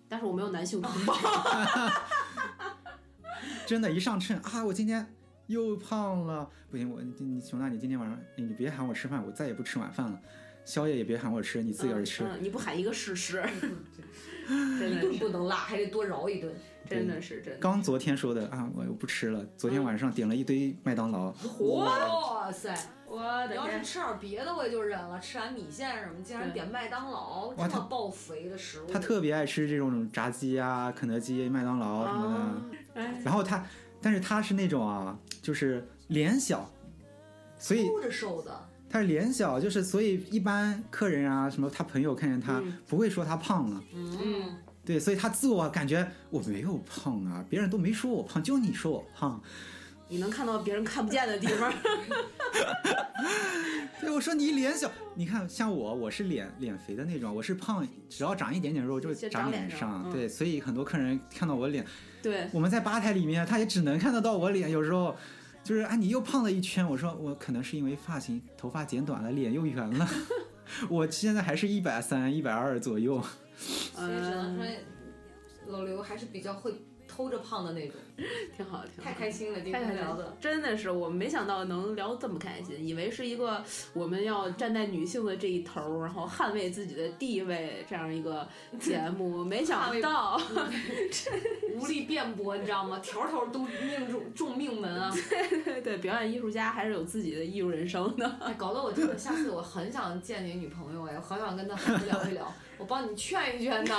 E: 但是我没有男性同胞。
C: 真的，一上秤啊，我今天哎又胖了，不行，我你你熊大，你今天晚上你别喊我吃饭，我再也不吃晚饭了。宵夜也别喊我吃，你自个儿吃。
E: 嗯，你不喊一个事实，
B: 一
E: 嗯真的
B: 顿
E: 是
B: 不能落，还得多饶一顿。
E: 真的是真的。
C: 刚昨天说的啊，我又不吃了。昨天晚上点了一堆麦当劳，
B: 哇塞！
E: 我
B: 你
E: 的
B: 要是
E: 天，
B: 吃点别的我也就忍了，吃碗米线什么，竟然
E: 对
B: 点麦当劳这
C: 哇他
B: 么爆肥的食物，
C: 他特别爱吃这种炸鸡啊、肯德基、麦当劳什么的。
E: 啊，哎，
C: 然后他，但是他是那种啊，就是脸小，所以
B: 哭着瘦的，
C: 他是脸小，就是所以一般客人啊什么他朋友看见他、
E: 嗯
C: 不会说他胖了，
B: 嗯，
C: 对，所以他自我感觉我没有胖啊，别人都没说我胖，就你说我胖。
E: 你能看到别人看不见的地 方，
C: 对，我说你脸小，你看像我，我是脸脸肥的那种，我是胖，只要长一点点肉就
E: 先
C: 长
E: 长脸
C: 脸
E: 上嗯
C: 对，所以很多客人看到我脸，
E: 对，
C: 我们在吧台里面，他也只能看得到我脸，有时候。就是啊，你又胖了一圈。我说我可能是因为发型，头发剪短了，脸又圆了。 我现在还是一百三、一百二左右。
B: 所以只能
E: 嗯，
B: 说老刘还是比较会偷着胖的那种，
E: 挺好，挺好
B: 太。开心了，今
E: 太
B: 天
E: 开心
B: 聊
E: 了
B: 的，，
E: 真的是我没想到能聊这么开心，以为是一个我们要站在女性的这一头儿，然后捍卫自己的地位这样一个节 目，没想到
B: 无力辩驳，你知道吗？条条都命中中命门啊！
E: 对表演艺术家还是有自己的艺术人生的。
B: 哎，搞得我真的，下次我很想见你女朋友哎，我好想跟她好好聊一聊，我帮你劝一劝她，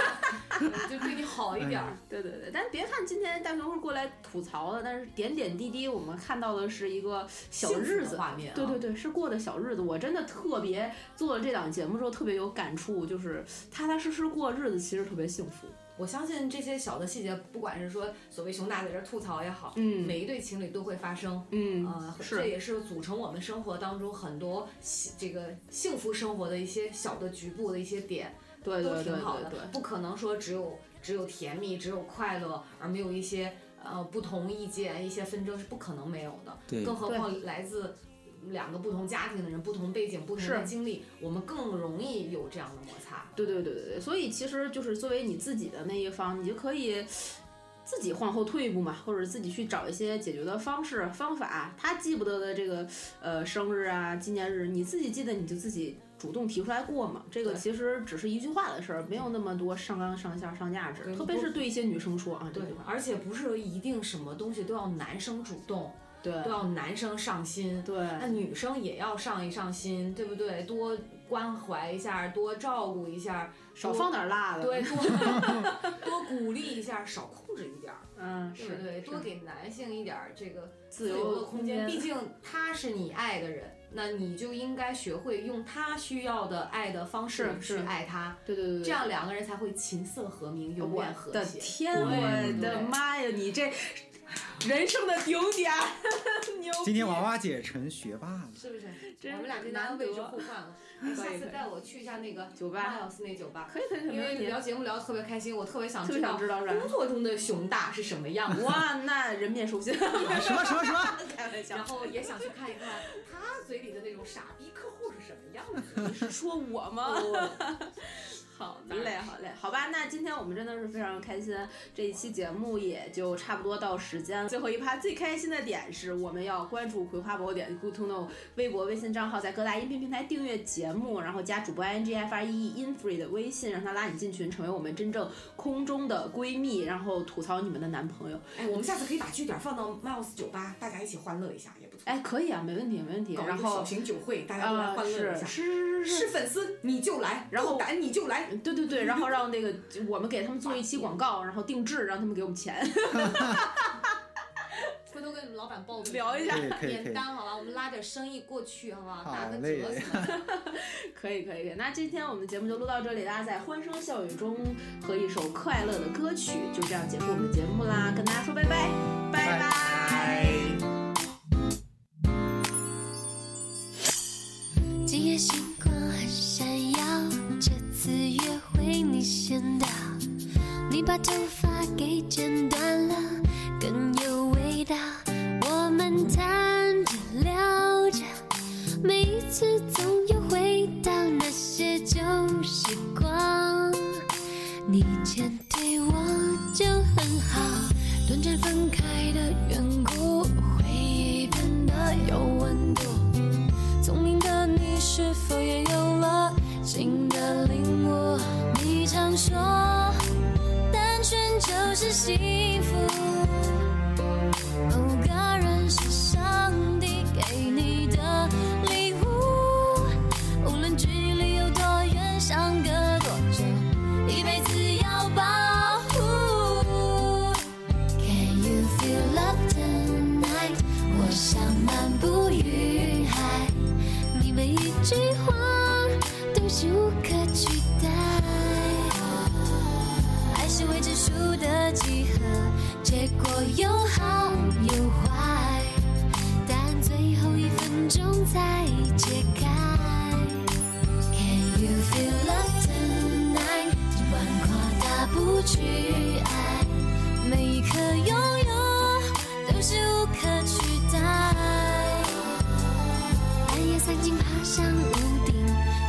B: 嗯就对你好一点儿。
E: 对对对，但是别看今天大熊是过来吐槽的，但是点点滴滴我们看到的是一个小
B: 幸福
E: 日
B: 的
E: 子。
B: 画面、啊，
E: 对对对，是过的小日子。我真的特别做了这档节目之后特别有感触，就是踏踏实实过日子，其实特别幸福。
B: 我相信这些小的细节，不管是说所谓熊大在这儿吐槽也好，
E: 嗯
B: 每一对情侣都会发生。
E: 嗯，
B: 啊、
E: 是
B: 这也是组成我们生活当中很多幸这个幸福生活的一些小的局部的一些点，
E: 对对
B: 都
E: 对
B: 挺好
E: 对
B: 的。
E: 对。
B: 不可能说只有只有甜蜜，只有快乐，而没有一些呃不同意见、一些纷争是不可能没有的。
C: 对，
B: 更何况来自两个不同家庭的人、不同背景、不同的
E: 是
B: 经历，我们更容易有这样的摩擦。
E: 对对对对对，所以其实就是作为你自己的那一方，你就可以自己往后退一步嘛，或者自己去找一些解决的方式方法。他记不得的这个呃生日啊、纪念日，你自己记得你就自己主动提出来过嘛。这个
B: 对
E: 其实只是一句话的事儿，没有那么多上纲上线上价值，
B: 对
E: 特别是对一些女生说啊这
B: 对
E: 句，话。
B: 而且不是一定什么东西都要男生主动，
E: 对
B: 都要男生上心。
E: 对
B: 那女生也要上一上心，对不对？多关怀一下，多照顾一下，
E: 少放点辣的。
B: 对，，多 多鼓励一下，少控制一点儿，
E: 嗯，
B: 对
E: 是
B: 不对？多
E: 是
B: 给男性一点儿这个
E: 自
B: 由
E: 由
B: 的空
E: 间
B: 间，。毕竟他是你爱的人，那你就应该学会用他需要的爱的方式
E: 是
B: 去
E: 是
B: 爱他，
E: 对对对对，
B: 这样两个人才会琴瑟和鸣，永
E: 我
B: 远和
E: 的
B: 谐。
E: 天，
C: 对
E: 我的妈呀！你这人生的顶点，牛逼！
C: 今天娃娃姐成学霸 了。
B: 是不是？
E: 真
B: 我们俩今天
E: 难
B: 位置
E: 得
B: 互换 了，哎
E: 可
B: 下
E: 以
B: 次
E: 可以
B: 带我去一下那个
E: 酒 吧
B: Miles 那酒吧，
E: 可以可以，
B: 因
E: 没
B: 为
E: 问题
B: 聊。节目聊得特别开心，我特别想
E: 特别
B: 知
E: 想
B: 道
E: 知道是吧？
B: 工作中的熊大是什么样子，
E: 哇，那人面兽心，
C: 啊什么什么什 么？
E: 开玩笑
B: 然。后 也想去看一看他嘴里的那种傻逼客户是什么样子。
E: 你是说我吗？哦 好嘞，好嘞，好吧，那今天我们真的是非常开心，这一期节目也就差不多到时间了。最后一趴最开心的点是，我们要关注《葵花宝典》Good to Know 微博、微信账号，在各大音频平台订阅节目，然后加主播 i n g f r e in free 的微信，让他拉你进群，成为我们真正空中的闺蜜，然后吐槽你们的男朋友。
B: 哎，我们下次可以把据点放到 Miles 酒吧，大家一起欢乐一下也不错。
E: 哎，可以啊，没问题，没问题。
B: 搞
E: 然
B: 一个小
E: 后
B: 型酒会，大家都来
E: 啊，
B: 欢乐
E: 是
B: 一下。
E: 是是是
B: 呃是粉丝你就来，
E: 然后
B: 够胆你就来。
E: 对对对，然后让那个就我们给他们做一期广告，然后定制，让他们给我们钱，
B: 回头跟你们老板报
E: 聊一下
C: 可以可以 可
B: 免
C: 以
B: 单好吧，我们拉点生意过去好吧，
C: 好
B: 打个
C: 嘞
B: 折 什么的。
E: 可以可以可以。那今天我们的节目就录到这里啦，在欢声笑语中和一首快乐的歌曲，就这样结束我们的节目啦，跟大家说拜拜，拜拜
D: 今夜星光很闪耀，这次约会你先到。你把头发给剪短了，更有味道。我们谈着聊着，每一次总又回到那些旧时光。你前对我就很好，短暂分开的缘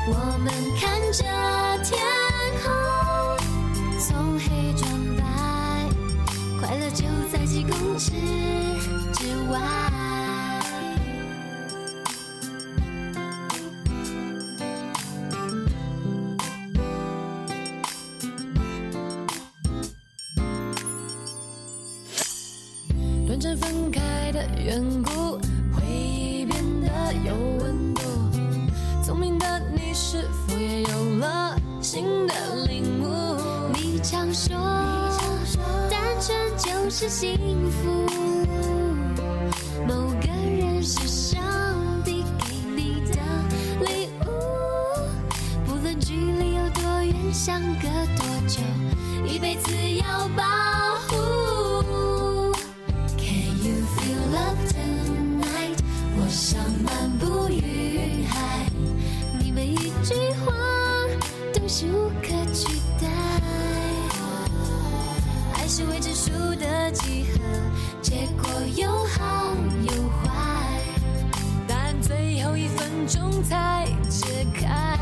D: 我们看着天空，从黑转白，快乐就在几公尺之外。短暂分开的缘故，回忆变得有温度。聪明的你是否也有了新的领悟？你常说，单纯就是幸福。某个人是上帝给你的礼物，不论距离有多远，相隔多久，一辈子要保护。Can you feel love tonight？我想漫步云海，你每一句话都是无可取代。爱是未知数的几何，结果有好有坏，答案最后一分钟才揭开。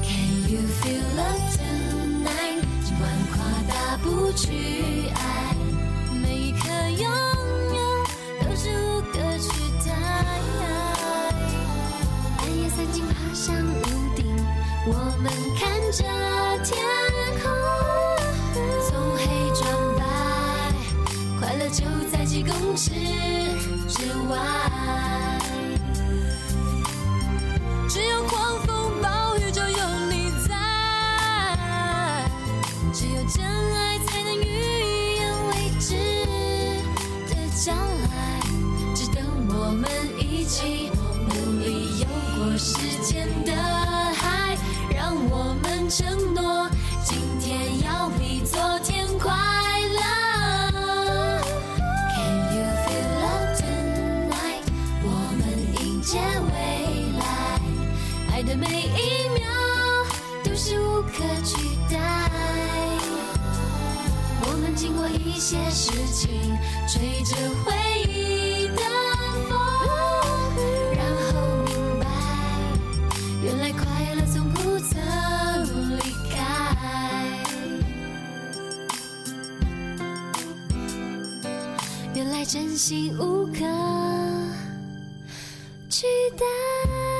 D: Can you feel love tonight？尽管夸大不去爱，每一刻拥有都是无可取代。暗夜三更爬上屋顶，我们看着天空，从黑转白，快乐就在几公尺之外。只有狂风暴雨就有你在，只有真爱才能预言未知的将来，只等我们一起努力游过时间的海，让我们承诺今天要比昨天快乐。Can you feel love tonight？我们迎接未来，爱的每一秒都是无可取代。我们经过一些事情，吹着回忆的风，然后明白，原来快乐从不曾离开。原来真心无可取代。